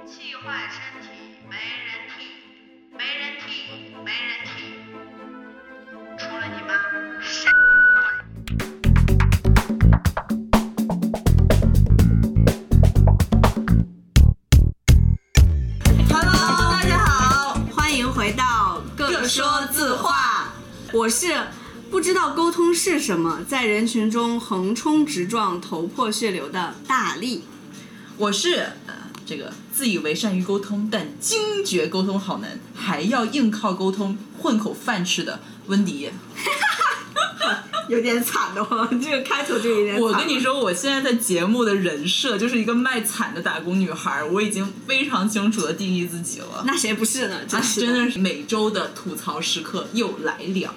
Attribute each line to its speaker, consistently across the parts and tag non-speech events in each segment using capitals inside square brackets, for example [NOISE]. Speaker 1: 的身体没人替，没人替，没人替，除了你妈，谁都不是
Speaker 2: 大家好，欢迎回到各说自话，我是不知道沟通是什么，在人群中横冲直撞、头破血流的大力。
Speaker 3: 我是呃这个自以为善于沟通，但惊觉沟通好难，还要硬靠沟通混口饭吃的温迪。
Speaker 2: 有点惨的哦， [LAUGHS] 这个开头就有点惨。
Speaker 3: 我跟你，说，我现在在节目的人设就是一个卖惨的打工女孩，我已经非常清楚的定义自己了。
Speaker 2: 那谁不是呢？真
Speaker 3: 啊，
Speaker 2: 是
Speaker 3: 真的是每周的吐槽时刻又来了。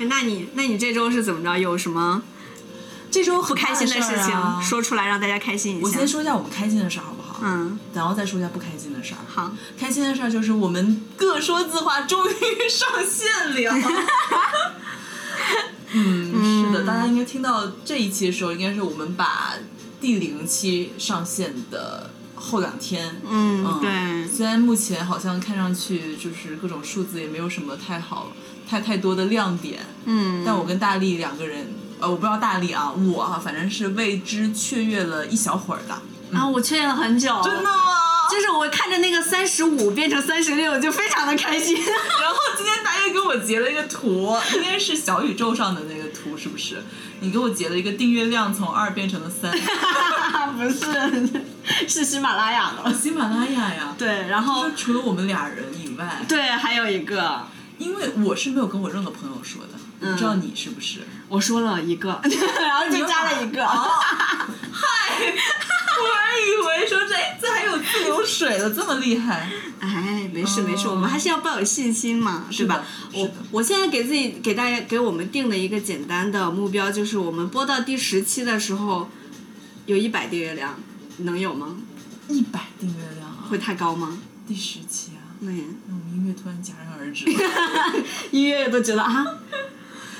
Speaker 2: 哎那你那你这周是怎么着？有什么
Speaker 3: 这周
Speaker 2: 不
Speaker 3: 不
Speaker 2: 开心的事情、
Speaker 3: 啊、
Speaker 2: 说出来让大家开心一下？
Speaker 3: 我先，说一下我们开心的事儿好不好？，
Speaker 2: 嗯，
Speaker 3: 然后再说一下不开心的事儿。
Speaker 2: 好，
Speaker 3: 开心的事儿就是我们各说自话，终于上线了。 [LAUGHS] 嗯，是的，大家应该听到这一期的时候，应该是我们把第零期上线的后两天。
Speaker 2: 嗯，
Speaker 3: 嗯，
Speaker 2: 对，
Speaker 3: 虽然目前好像看上去就是各种数字也没有什么太好、太太多的亮点，
Speaker 2: 嗯，
Speaker 3: 但我跟大力两个人，呃，我不知道大力啊，我啊，反正是为之雀跃了一小会儿的。
Speaker 2: 啊，我确认了很久，
Speaker 3: 真的吗？
Speaker 2: 就是我看着那个三十五变成三十六，就非常的开心。
Speaker 3: [LAUGHS] 然后今天大爷给我截了一个图，应该是小宇宙上的那个图，是不是？你给我截了一个订阅量从二变成了
Speaker 2: [LAUGHS]
Speaker 3: 三，
Speaker 2: 不是，是喜马拉雅的。
Speaker 3: 喜马拉雅呀。
Speaker 2: 对，然后
Speaker 3: 就除了我们俩人以外，
Speaker 2: 对，还有一个，
Speaker 3: 因为我是没有跟我任何朋友说的，
Speaker 2: 嗯
Speaker 3: 不知道你是不是？
Speaker 2: 我说了一个， [LAUGHS] 然后就加了一个。
Speaker 3: 哦嗨，我还以为说这这还有自流水了，这么
Speaker 2: [LAUGHS]
Speaker 3: 厉害。
Speaker 2: [LAUGHS] 哎，没事没事，我们还是要抱有信心嘛，对吧？
Speaker 3: 哦是
Speaker 2: 我
Speaker 3: 的
Speaker 2: 我现在给自己给大家给我们定的一个简单的目标，就是我们播到第十期的时候，有一百订阅量，能有吗？
Speaker 3: 一百订阅量啊，
Speaker 2: 会太高吗？
Speaker 3: 第十期啊，
Speaker 2: 嗯，
Speaker 3: 那我们音乐突然戛
Speaker 2: [LAUGHS]
Speaker 3: 然而止。 [LAUGHS]
Speaker 2: 音乐都觉得啊，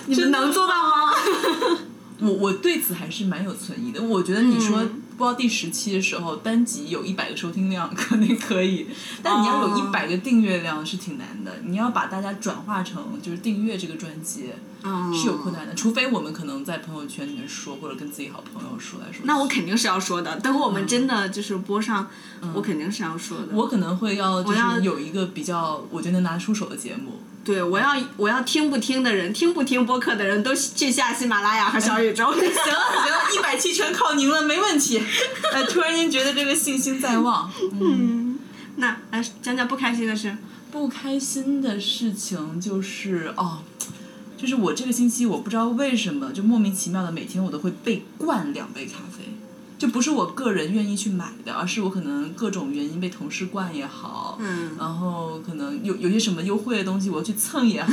Speaker 2: 你们
Speaker 3: 真的
Speaker 2: 能做到吗？
Speaker 3: 我我对此还是蛮有存疑的。我觉得你说
Speaker 2: 嗯
Speaker 3: 播到第十期的时候，单集有一百个收听量可能可以，但你要有
Speaker 2: 哦
Speaker 3: 一百个订阅量是挺难的。你要把大家转化成就是订阅这个专辑
Speaker 2: 嗯
Speaker 3: 是有困难的，除非我们可能在朋友圈里面说，或者跟自己好朋友说来说。
Speaker 2: 那我肯定是要说的。等我们真的就是播上，我肯定是要说的。
Speaker 3: 嗯我可能会要就
Speaker 2: 要
Speaker 3: 是有一个比较我觉得能拿得出手的节目。
Speaker 2: 对我要我要听不听的人，听不听播客的人都去下喜马拉雅和小宇宙。
Speaker 3: 行了行了，一百期全靠您了，没问题。 [LAUGHS] 呃，突然间觉得这个信心在望。
Speaker 2: [LAUGHS] 那来讲讲不开心的事。
Speaker 3: 不开心的事情就是哦，就是我这个星期我不知道为什么就莫名其妙的每天我都会被灌两杯咖啡，就不是我个人愿意去买的，而是我可能各种原因被同事灌也好，
Speaker 2: 嗯，
Speaker 3: 然后可能有有些什么优惠的东西我要去蹭
Speaker 2: [LAUGHS]
Speaker 3: 也好，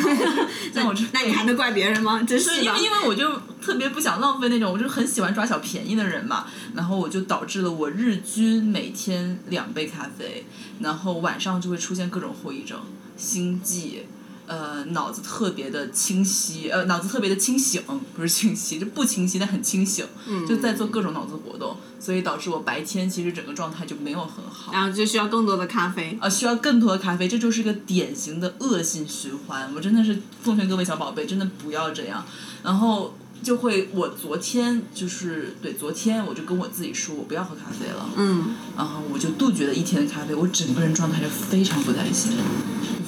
Speaker 3: 那我就
Speaker 2: 那你还能怪别人吗？真是
Speaker 3: 对，因
Speaker 2: 的
Speaker 3: 为。因为我就特别不想浪费那种，我就很喜欢抓小便宜的人嘛，然后我就导致了我日均每天两杯咖啡，然后晚上就会出现各种后遗症，心悸，呃，脑子特别的清晰，呃，脑子特别的清醒，不是清晰，就不清晰但很清醒，就在做各种脑子活动，所以导致我白天其实整个状态就没有很好。
Speaker 2: 然后就需要更多的咖啡。
Speaker 3: 啊，需要更多的咖啡，这就是个典型的恶性循环。我真的是奉劝各位小宝贝，真的不要这样。然后就会，我昨天就是对，昨天我就跟我自己说，我不要喝咖啡了。
Speaker 2: 嗯，
Speaker 3: 然后我就杜绝了一天的咖啡，我整个人状态就非常不太行，就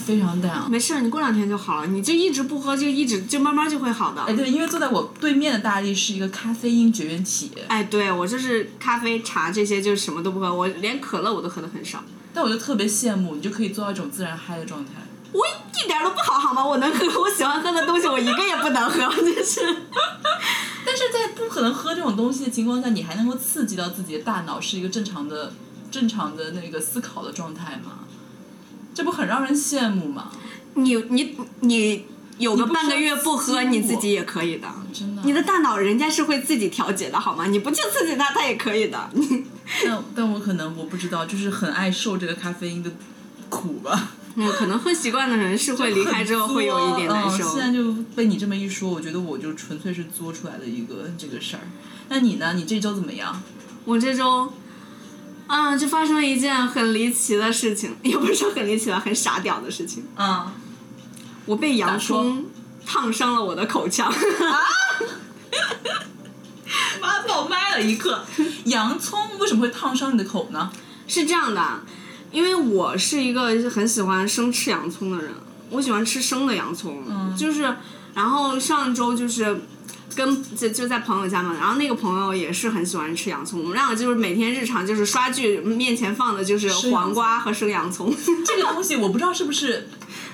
Speaker 3: 非常啊 down。
Speaker 2: 没事儿，你过两天就好了。你就一直不喝，就一直就慢慢就会好
Speaker 3: 哎，
Speaker 2: 的。
Speaker 3: 对，因为坐在我对面的大力是一个咖啡因绝缘体，
Speaker 2: 哎，对我就是咖啡、茶这些就什么都不喝，我连可乐我都喝的很少。
Speaker 3: 但我就特别羡慕你，就可以做到一种自然嗨的状态。
Speaker 2: 我一点都不好好吗？我能喝我喜欢喝的东西，我一个也不能喝， [LAUGHS] 真是。
Speaker 3: 但是在不可能喝这种东西的情况下，你还能够刺激到自己的大脑是一个正常的、正常的那个思考的状态吗？这不很让人羡慕吗？
Speaker 2: 你你你有个
Speaker 3: 你不
Speaker 2: 半个
Speaker 3: 是
Speaker 2: 月不喝，
Speaker 3: 激
Speaker 2: 你
Speaker 3: 我
Speaker 2: 自己也可以的。
Speaker 3: 真的，
Speaker 2: 你的大脑人家是会自己调节的，好吗？你不去刺激它，它也可以的。 [LAUGHS]
Speaker 3: 但但我可能我不知道，就是很爱受这个咖啡因的苦吧。
Speaker 2: 嗯，可能喝习惯的人是会离开之后会有一点难受
Speaker 3: 嗯。现在就被你这么一说，我觉得我就纯粹是作出来的一个这个事儿。那你呢？你这周怎么样？
Speaker 2: 我这周，啊，就发生了一件很离奇的事情，也不是说很离奇吧，很傻屌的事情。
Speaker 3: 嗯，
Speaker 2: 我被洋
Speaker 3: 咋说
Speaker 2: 葱烫伤了我的口腔。
Speaker 3: 妈爆麦了一刻。 [LAUGHS] 洋葱为什么会烫伤你的口呢？
Speaker 2: 是这样的啊，因为我是一个很喜欢生吃洋葱的人，我喜欢吃生的洋葱，就是，然后上周就是。跟就就在朋友家嘛，然后那个朋友也是很喜欢吃洋葱，我们两个就是每天日常就是刷剧面前放的就是
Speaker 3: 生洋葱
Speaker 2: 黄瓜和生洋葱， [LAUGHS]
Speaker 3: 这个东西我不知道是不是，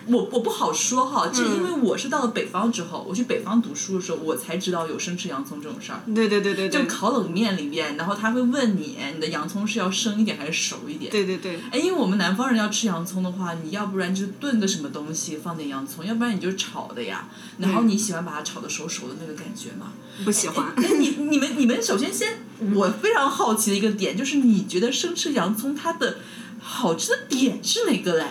Speaker 3: 我我不好说哈，这因为我是到了北方之后，我去北方读书的时候，我才知道有生吃洋葱这种事儿。
Speaker 2: 对对对对对，
Speaker 3: 烤冷面里边，然后他会问你，你的洋葱是要生一点还是熟一点？
Speaker 2: 对对对，
Speaker 3: 哎，因为我们南方人要吃洋葱的话，你要不然就炖个什么东西放点洋葱，要不然你就是炒的呀。然后你喜欢把它炒的熟熟的那个感觉嘛？
Speaker 2: 不喜欢。
Speaker 3: 哎，你你们你们首先先，我非常好奇的一个点就是，你觉得生吃洋葱它的好吃的点是哪个嘞？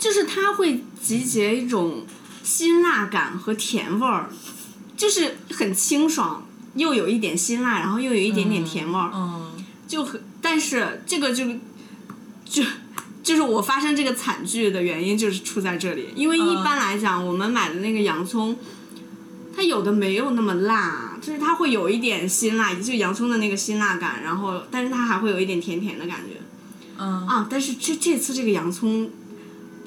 Speaker 2: 就是它会集结一种辛辣感和甜味儿，就是很清爽，又有一点辛辣，然后又有一点点甜味儿，
Speaker 3: 嗯，
Speaker 2: 就很。但是这个就就就是我发生这个惨剧的原因就是出在这里，因为一般来讲，我们买的那个洋葱。它有的没有那么辣，就是它会有一点辛辣，就洋葱的那个辛辣感，然后但是它还会有一点甜甜的感觉。
Speaker 3: 嗯
Speaker 2: 啊，但是这这次这个洋葱，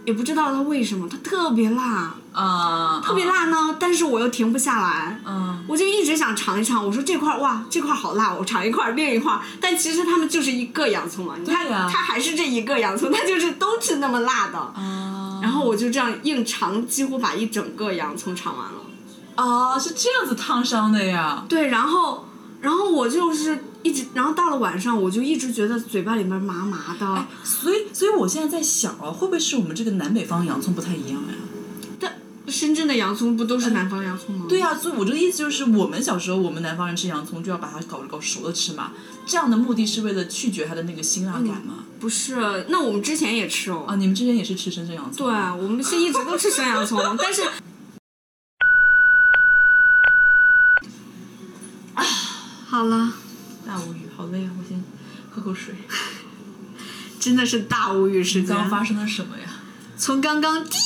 Speaker 2: 也不知道它为什么，它特别辣，
Speaker 3: 啊，
Speaker 2: 特别辣呢，但是我又停不下来。
Speaker 3: 嗯，
Speaker 2: 我就一直想尝一尝，我说这块儿哇，这块儿好辣，我尝一块儿，另一块儿，但其实它们就是一个洋葱嘛，你看、
Speaker 3: 对啊呀
Speaker 2: 它还是这一个洋葱，它就是都是那么辣的。
Speaker 3: 啊，
Speaker 2: 然后我就这样硬尝，几乎把一整个洋葱尝完了。
Speaker 3: 啊是这样子烫伤的呀。
Speaker 2: 对，然后，然后我就是一直，然后到了晚上，我就一直觉得嘴巴里面麻麻的。
Speaker 3: 所以，所以我现在在想啊，会不会是我们这个南北方洋葱不太一样呀？
Speaker 2: 但深圳的洋葱不都是南方洋葱吗？
Speaker 3: 对呀、所以我这个意思就是，我们小时候我们南方人吃洋葱就要把它搞搞熟了吃嘛，这样的目的是为了拒绝它的那个辛辣感嘛。
Speaker 2: 不是，那我们之前也吃哦
Speaker 3: 啊，。你们之前也是吃深圳洋葱？
Speaker 2: 对，啊我们是一直都吃生洋葱， [LAUGHS] 但是啊好了，
Speaker 3: 大无语，好累啊，我先喝口水。
Speaker 2: 真的是大无语时间
Speaker 3: 刚。刚发生了什么呀？
Speaker 2: 从刚刚滴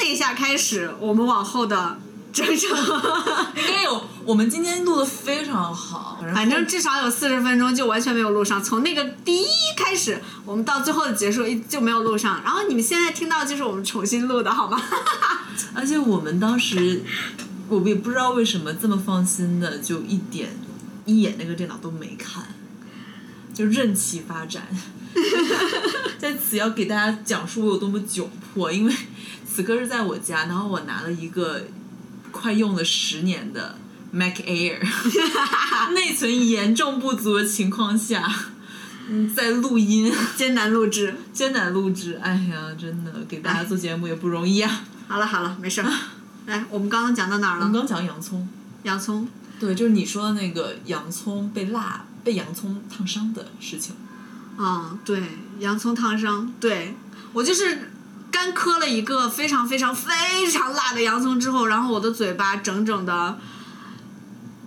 Speaker 2: 那下开始，我们往后的整 [LAUGHS] 整，
Speaker 3: 应该有，哎我们今天录的非常好，
Speaker 2: 反正至少有四十分钟就完全没有录上。从那个第一开始，我们到最后的结束一就没有录上。然后你们现在听到就是我们重新录的，好吗？ [LAUGHS]
Speaker 3: 而且我们当时，我也不知道为什么这么放心的，就一点一眼那个电脑都没看，就任其发展。 [LAUGHS] 在此要给大家讲述我有多么窘迫，因为此刻是在我家，然后我拿了一个快用了十年的 Mac Air，内存严重不足的情况下，嗯，在录音，
Speaker 2: 艰难录制。
Speaker 3: 艰难录制，哎呀，真的给大家做节目也不容易啊。
Speaker 2: 好了好了，没事儿。来，我们刚刚讲到哪儿
Speaker 3: 我们
Speaker 2: 了？
Speaker 3: 刚讲洋葱。
Speaker 2: 洋葱。
Speaker 3: 对，就是你说的那个洋葱被辣、被洋葱烫伤的事情。
Speaker 2: 啊、对，洋葱烫伤，对我就是干磕了一个非常非常非常辣的洋葱之后，然后我的嘴巴整整的，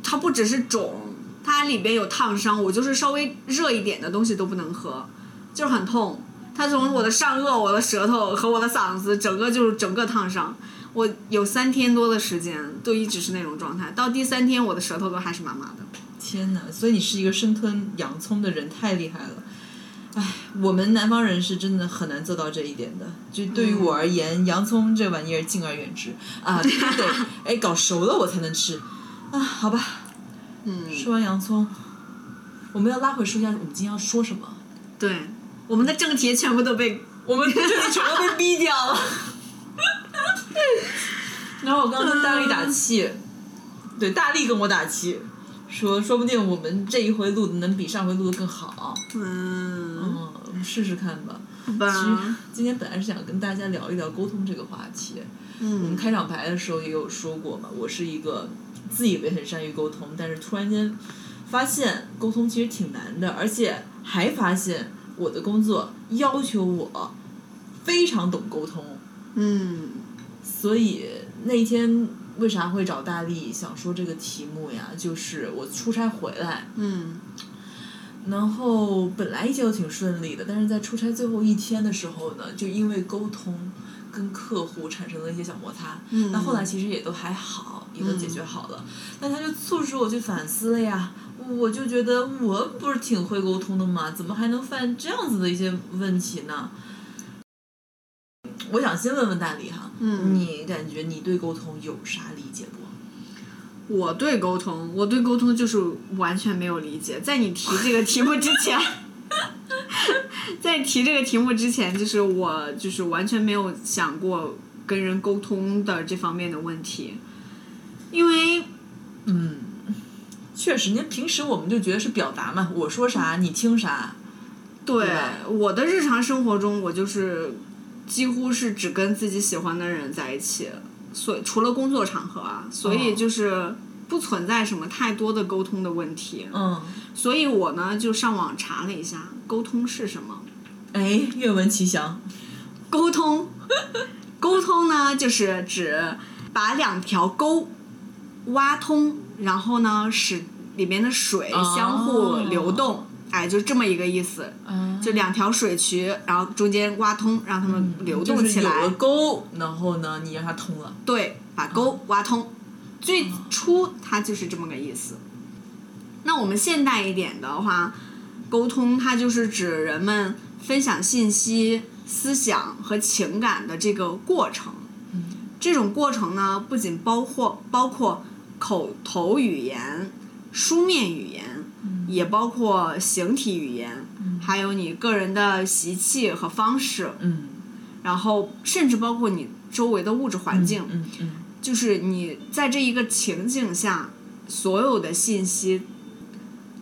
Speaker 2: 它不只是肿，它里边有烫伤，我就是稍微热一点的东西都不能喝，就是很痛。它从我的上颚、我的舌头和我的嗓子，整个就是整个烫伤。我有三天多的时间都一直是那种状态，到第三天我的舌头都还是麻麻的。
Speaker 3: 天哪！所以你是一个生吞洋葱的人，太厉害了。唉，我们南方人是真的很难做到这一点的。就对于我而言，洋葱这玩意儿敬而远之啊，必须得哎搞熟了我才能吃啊。好吧，
Speaker 2: 嗯，
Speaker 3: 说完洋葱，我们要拉回说一下我们今天要说什么。
Speaker 2: 对，我们的正题全部都被
Speaker 3: 我们这里全部被逼掉了。 [LAUGHS] 然后我刚刚跟大力打气，嗯对，大力跟我打气，说说不定我们这一回录的能比上回录的更好。
Speaker 2: 嗯，
Speaker 3: 嗯，我们试试看吧。
Speaker 2: 好
Speaker 3: 其实
Speaker 2: 吧，
Speaker 3: 今天本来是想跟大家聊一聊沟通这个话题。我们
Speaker 2: 嗯，
Speaker 3: 开场白的时候也有说过嘛，我是一个自以为很善于沟通，但是突然间发现沟通其实挺难的，而且还发现我的工作要求我非常懂沟通，
Speaker 2: 嗯，
Speaker 3: 所以那一天为啥会找大力想说这个题目呀？就是我出差回来，
Speaker 2: 嗯，
Speaker 3: 然后本来一切都挺顺利的，但是在出差最后一天的时候呢，就因为沟通跟客户产生了一些小摩擦。
Speaker 2: 嗯
Speaker 3: 那后来其实也都还好，也都解决好了。但他就促使我去反思了呀。我就觉得我不是挺会沟通的嘛，怎么还能犯这样子的一些问题呢？我想先问问大理哈，
Speaker 2: 嗯
Speaker 3: 你感觉你对沟通有啥理解不？
Speaker 2: 我对沟通，我对沟通就是完全没有理解。在你提这个题目之前， [LAUGHS] 在提这个题目之前，就是我就是完全没有想过跟人沟通的这方面的问题，因为
Speaker 3: 嗯，确实，您平时我们就觉得是表达嘛，我说啥你听啥，
Speaker 2: 对
Speaker 3: 吧
Speaker 2: 我的日常生活中，我就是几乎是只跟自己喜欢的人在一起，所除了工作场合啊，所以
Speaker 3: 哦
Speaker 2: 就是不存在什么太多的沟通的问题。
Speaker 3: 嗯，
Speaker 2: 所以我呢就上网查了一下沟通是什么。
Speaker 3: 哎，愿闻其详。
Speaker 2: 沟通， [LAUGHS] 沟通呢就是指把两条沟挖通，然后呢使里面的水
Speaker 3: 哦
Speaker 2: 相互流动，哎，就这么一个意思。
Speaker 3: 啊，
Speaker 2: 就两条水渠，然后中间挖通，让它们流动
Speaker 3: 嗯就是
Speaker 2: 起来。
Speaker 3: 有了沟，然后呢，你让它通了。
Speaker 2: 对，把沟挖通。最初它就是这么个意思。那我们现代一点的话，沟通它就是指人们分享信息、思想和情感的这个过程。这种过程呢，不仅包括包括口头语言、书面语言，也包括形体语言，还有你个人的习气和方式，
Speaker 3: 嗯
Speaker 2: 然后甚至包括你周围的物质环境。
Speaker 3: 嗯嗯
Speaker 2: 就是你在这一个情景下，所有的信息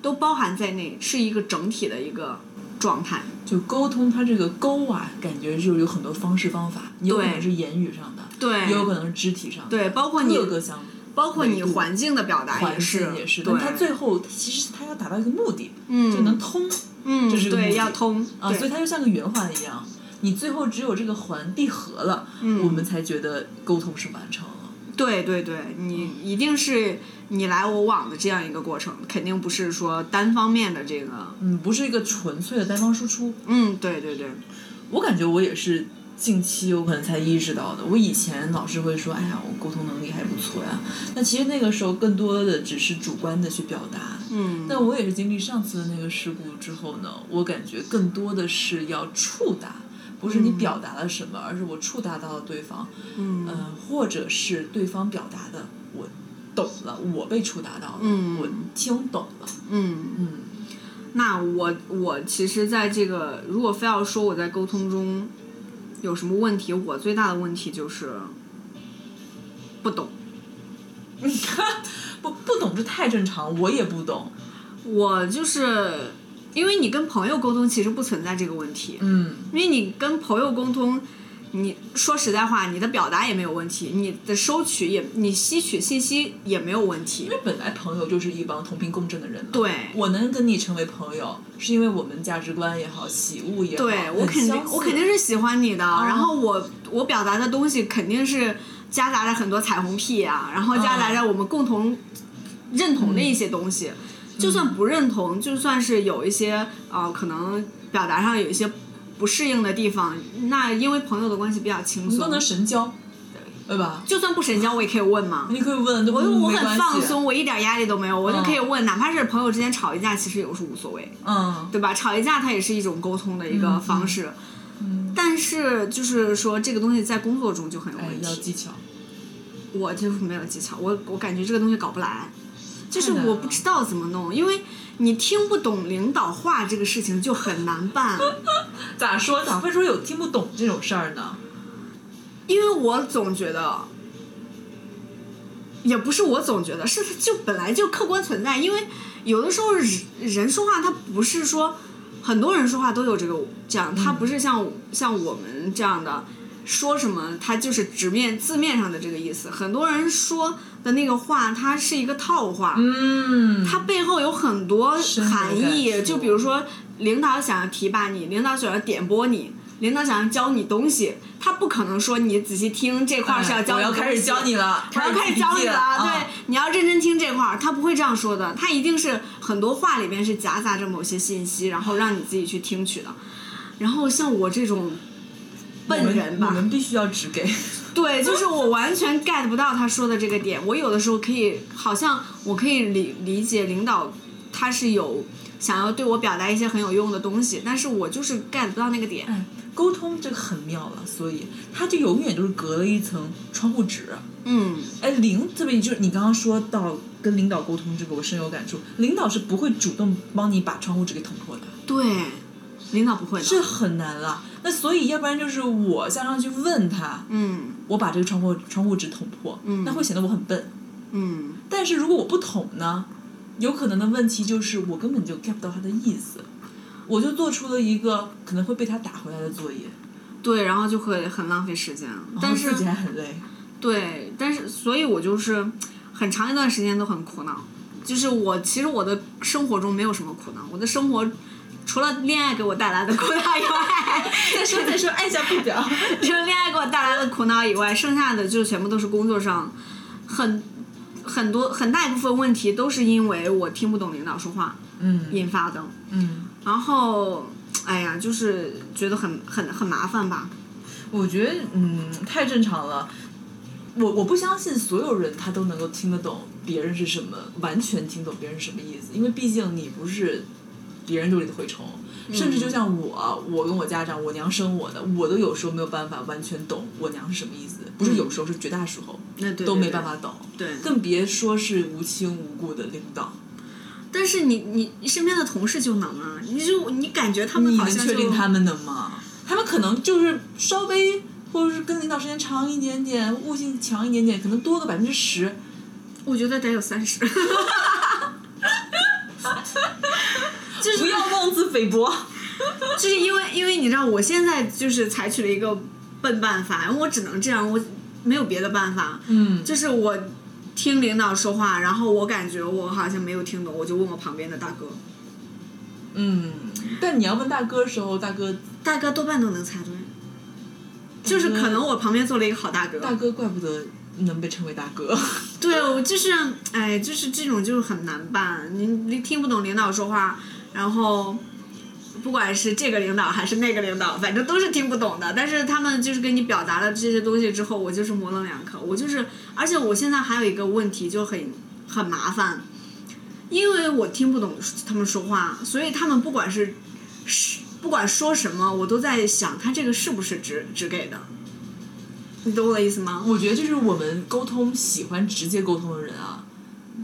Speaker 2: 都包含在内，是一个整体的一个状态。
Speaker 3: 嗯，就沟通它这个沟啊，感觉就是有很多方式方法，有可
Speaker 2: 对
Speaker 3: 能是言语上的，
Speaker 2: 对
Speaker 3: 也有可能是肢体上的，
Speaker 2: 对，包括你
Speaker 3: 各个项目。
Speaker 2: 包括你
Speaker 3: 维度
Speaker 2: 环境的表达
Speaker 3: 环
Speaker 2: 也是
Speaker 3: 境也是，
Speaker 2: 对，
Speaker 3: 但它最后其实它要达到一个目的，
Speaker 2: 嗯
Speaker 3: 就能通
Speaker 2: 嗯
Speaker 3: 这是个目
Speaker 2: 对
Speaker 3: 的
Speaker 2: 要通
Speaker 3: 啊，所以
Speaker 2: 对
Speaker 3: 它就像个圆环一样，你最后只有这个环闭合了，
Speaker 2: 嗯
Speaker 3: 我们才觉得沟通是完成了。
Speaker 2: 对对对，你
Speaker 3: 嗯
Speaker 2: 一定是你来我往的这样一个过程，肯定不是说单方面的这个。
Speaker 3: 嗯，不是一个纯粹的单方输出。
Speaker 2: 嗯，对对对，
Speaker 3: 我感觉我也是近期我可能才意识到的。我以前老是会说，哎呀，我沟通能力还不错呀。那其实那个时候更多的只是主观的去表达。
Speaker 2: 嗯，
Speaker 3: 但我也是经历上次的那个事故之后呢，我感觉更多的是要触达，不是你表达了什么，而是我触达到了对方，
Speaker 2: 嗯
Speaker 3: 呃，或者是对方表达的我懂了，我被触达到了，
Speaker 2: 嗯
Speaker 3: 我听懂了，
Speaker 2: 嗯。
Speaker 3: 嗯 [LAUGHS]
Speaker 2: 那我我其实在这个，如果非要说我在沟通中有什么问题，我最大的问题就是不懂。
Speaker 3: 不不懂这太正常，我也不懂，
Speaker 2: 我就是因为你跟朋友沟通，其实不存在这个问题，
Speaker 3: 嗯。
Speaker 2: 因为你跟朋友沟通，你说实在话，你的表达也没有问题，你的收取也，你吸取信息也没有问题
Speaker 3: 因。为本来朋友就是一帮同频共振的人嘛。
Speaker 2: 对
Speaker 3: 我能跟你成为朋友，是因为我们价值观也好，喜恶也好，
Speaker 2: 对我
Speaker 3: 很
Speaker 2: 肯定
Speaker 3: 相，似嗯
Speaker 2: 我肯定是喜欢你的。然后我我表达的东西肯定是夹杂着很多彩虹屁啊，然后夹
Speaker 3: 嗯
Speaker 2: 杂着我们共同认同的一些东西。
Speaker 3: 嗯
Speaker 2: 就算不认同，就算是有一些呃，可能表达上有一些不适应的地方，那因为朋友的关系比较轻
Speaker 3: 都
Speaker 2: 松，
Speaker 3: 能神交，对吧？
Speaker 2: 就算不神交，我也可以问嘛。
Speaker 3: 你可以问，我
Speaker 2: 我我很放，松，我一点压力都没有，我就可以问，哪怕是朋友之间吵一架，其实也是无所谓。
Speaker 3: 嗯，
Speaker 2: 对吧？吵一架它也是一种沟通的一个方式，
Speaker 3: 嗯
Speaker 2: 但是就是说这个东西在工作中就很有
Speaker 3: 哎，
Speaker 2: 问
Speaker 3: 要
Speaker 2: 题。
Speaker 3: 技巧，
Speaker 2: 我就是没有技巧，我我感觉这个东西搞不来，就是
Speaker 3: 太难了
Speaker 2: 我不知道怎么弄，因为你听不懂领导话这个事情就很难办。
Speaker 3: 咋说？咋会说有听不懂这种事儿呢？
Speaker 2: 因为我总觉得，也不是我总觉得，是就本来就客观存在。因为有的时候人人说话，他不是说很多人说话都有这个这样，他不是像、像我们这样的说什么，他就是直面字面上的这个意思。很多人说的那个话，它是一个套话，
Speaker 3: 嗯，
Speaker 2: 它背后有很多
Speaker 3: 深有
Speaker 2: 含
Speaker 3: 感
Speaker 2: 义。
Speaker 3: 触
Speaker 2: 就比如说，领导想要提拔你，领导想要点拨你，领导想要教你东西，他不可能说你仔细听这块儿是要教
Speaker 3: 哎
Speaker 2: 你
Speaker 3: 我要
Speaker 2: 东西、
Speaker 3: 开始教你了，
Speaker 2: 我要开始教你了，
Speaker 3: 啊
Speaker 2: 对，你要认真听这块儿，他不会这样说的，他一定是很多话里边是夹杂着某些信息，然后让你自己去听取的。然后像我这种笨人吧
Speaker 3: 我们，我们必须要只给。 [LAUGHS]
Speaker 2: 对，就是我完全 get 不到他说的这个点。我有的时候可以，好像我可以理理解领导他是有想要对我表达一些很有用的东西，但是我就是 get 不到那个点。
Speaker 3: 哎，沟通这个很妙了，所以它就永远就是隔了一层窗户纸。
Speaker 2: 嗯，
Speaker 3: 哎，领特别就是你刚刚说到跟领导沟通这个，我深有感触。领导是不会主动帮你把窗户纸给捅破的，
Speaker 2: 对，领导不会
Speaker 3: 这
Speaker 2: 的。
Speaker 3: 很难了。那所以要不然就是我向上去问他，
Speaker 2: 嗯
Speaker 3: 我把这个窗户窗户纸捅破，
Speaker 2: 嗯
Speaker 3: 那会显得我很笨。
Speaker 2: 嗯，
Speaker 3: 但是如果我不捅呢，有可能的问题就是我根本就 get 不到他的意思，我就做出了一个可能会被他打回来的作业，
Speaker 2: 对，然后就会很浪费时间。
Speaker 3: 然
Speaker 2: 但
Speaker 3: 后
Speaker 2: 哦是
Speaker 3: 自己还很累。
Speaker 2: 对，但是所以，我就是很长一段时间都很苦恼。就是我其实我的生活中没有什么苦恼，我的生活除了恋爱给我带来的苦恼以外，
Speaker 3: 再说再说，按下不表。
Speaker 2: 除了恋爱给我带来的苦恼以外，剩下的就全部都是工作上很很多很大一部分问题都是因为我听不懂领导说话
Speaker 3: 嗯
Speaker 2: 引发的。
Speaker 3: 嗯，
Speaker 2: 然后，哎呀，就是觉得很很很麻烦
Speaker 3: [LAUGHS]
Speaker 2: 吧。
Speaker 3: 我觉得嗯太正常了。我我不相信所有人他都能够听得懂别人是什么，完全听懂别人是什么意思，因为毕竟你不是别人肚里的蛔虫。
Speaker 2: 嗯
Speaker 3: 甚至就像我，我跟我家长，我娘生我的，我都有时候没有办法完全懂我娘是什么意思，不是有时候，是绝大时候
Speaker 2: 那嗯对
Speaker 3: 都
Speaker 2: 对
Speaker 3: 没
Speaker 2: 对
Speaker 3: 办法懂，
Speaker 2: 对
Speaker 3: 更别说是无亲无故的领导。
Speaker 2: 但是你你你身边的同事就能啊，你就你感觉他们
Speaker 3: 你
Speaker 2: 好
Speaker 3: 能
Speaker 2: 像
Speaker 3: 确
Speaker 2: 就
Speaker 3: 定他们能吗？他们可能就是稍微，或者是跟领导时间长一点点，悟性强一点点，可能多个百分之十。
Speaker 2: 我觉得得有三十。 [LAUGHS] 就是
Speaker 3: [LAUGHS] 不要妄自菲薄。
Speaker 2: 就是因为因为你知道，我现在就是采取了一个笨办法，我只能这样，我没有别的办法。
Speaker 3: 嗯，
Speaker 2: 就是我听领导说话，然后我感觉我好像没有听懂，我就问我旁边的大哥，
Speaker 3: 嗯，但你要问大哥的时候，大哥
Speaker 2: 大哥多半都能猜对。就是可能我旁边坐了一个好大哥，
Speaker 3: 大哥怪不得能被称为大哥。 [LAUGHS]
Speaker 2: 对，我就是，哎，就是这种就是很难办，你你听不懂领导说话，然后不管是这个领导还是那个领导，反正都是听不懂的。但是他们就是跟你表达了这些东西之后，我就是模棱两可，我就是，而且我现在还有一个问题就很很麻烦，因为我听不懂他们说话，所以他们不管是是不管说什么，我都在想他这个是不是只只给的，你懂我的意思吗？
Speaker 3: 我觉得就是我们沟通喜欢直接沟通的人啊，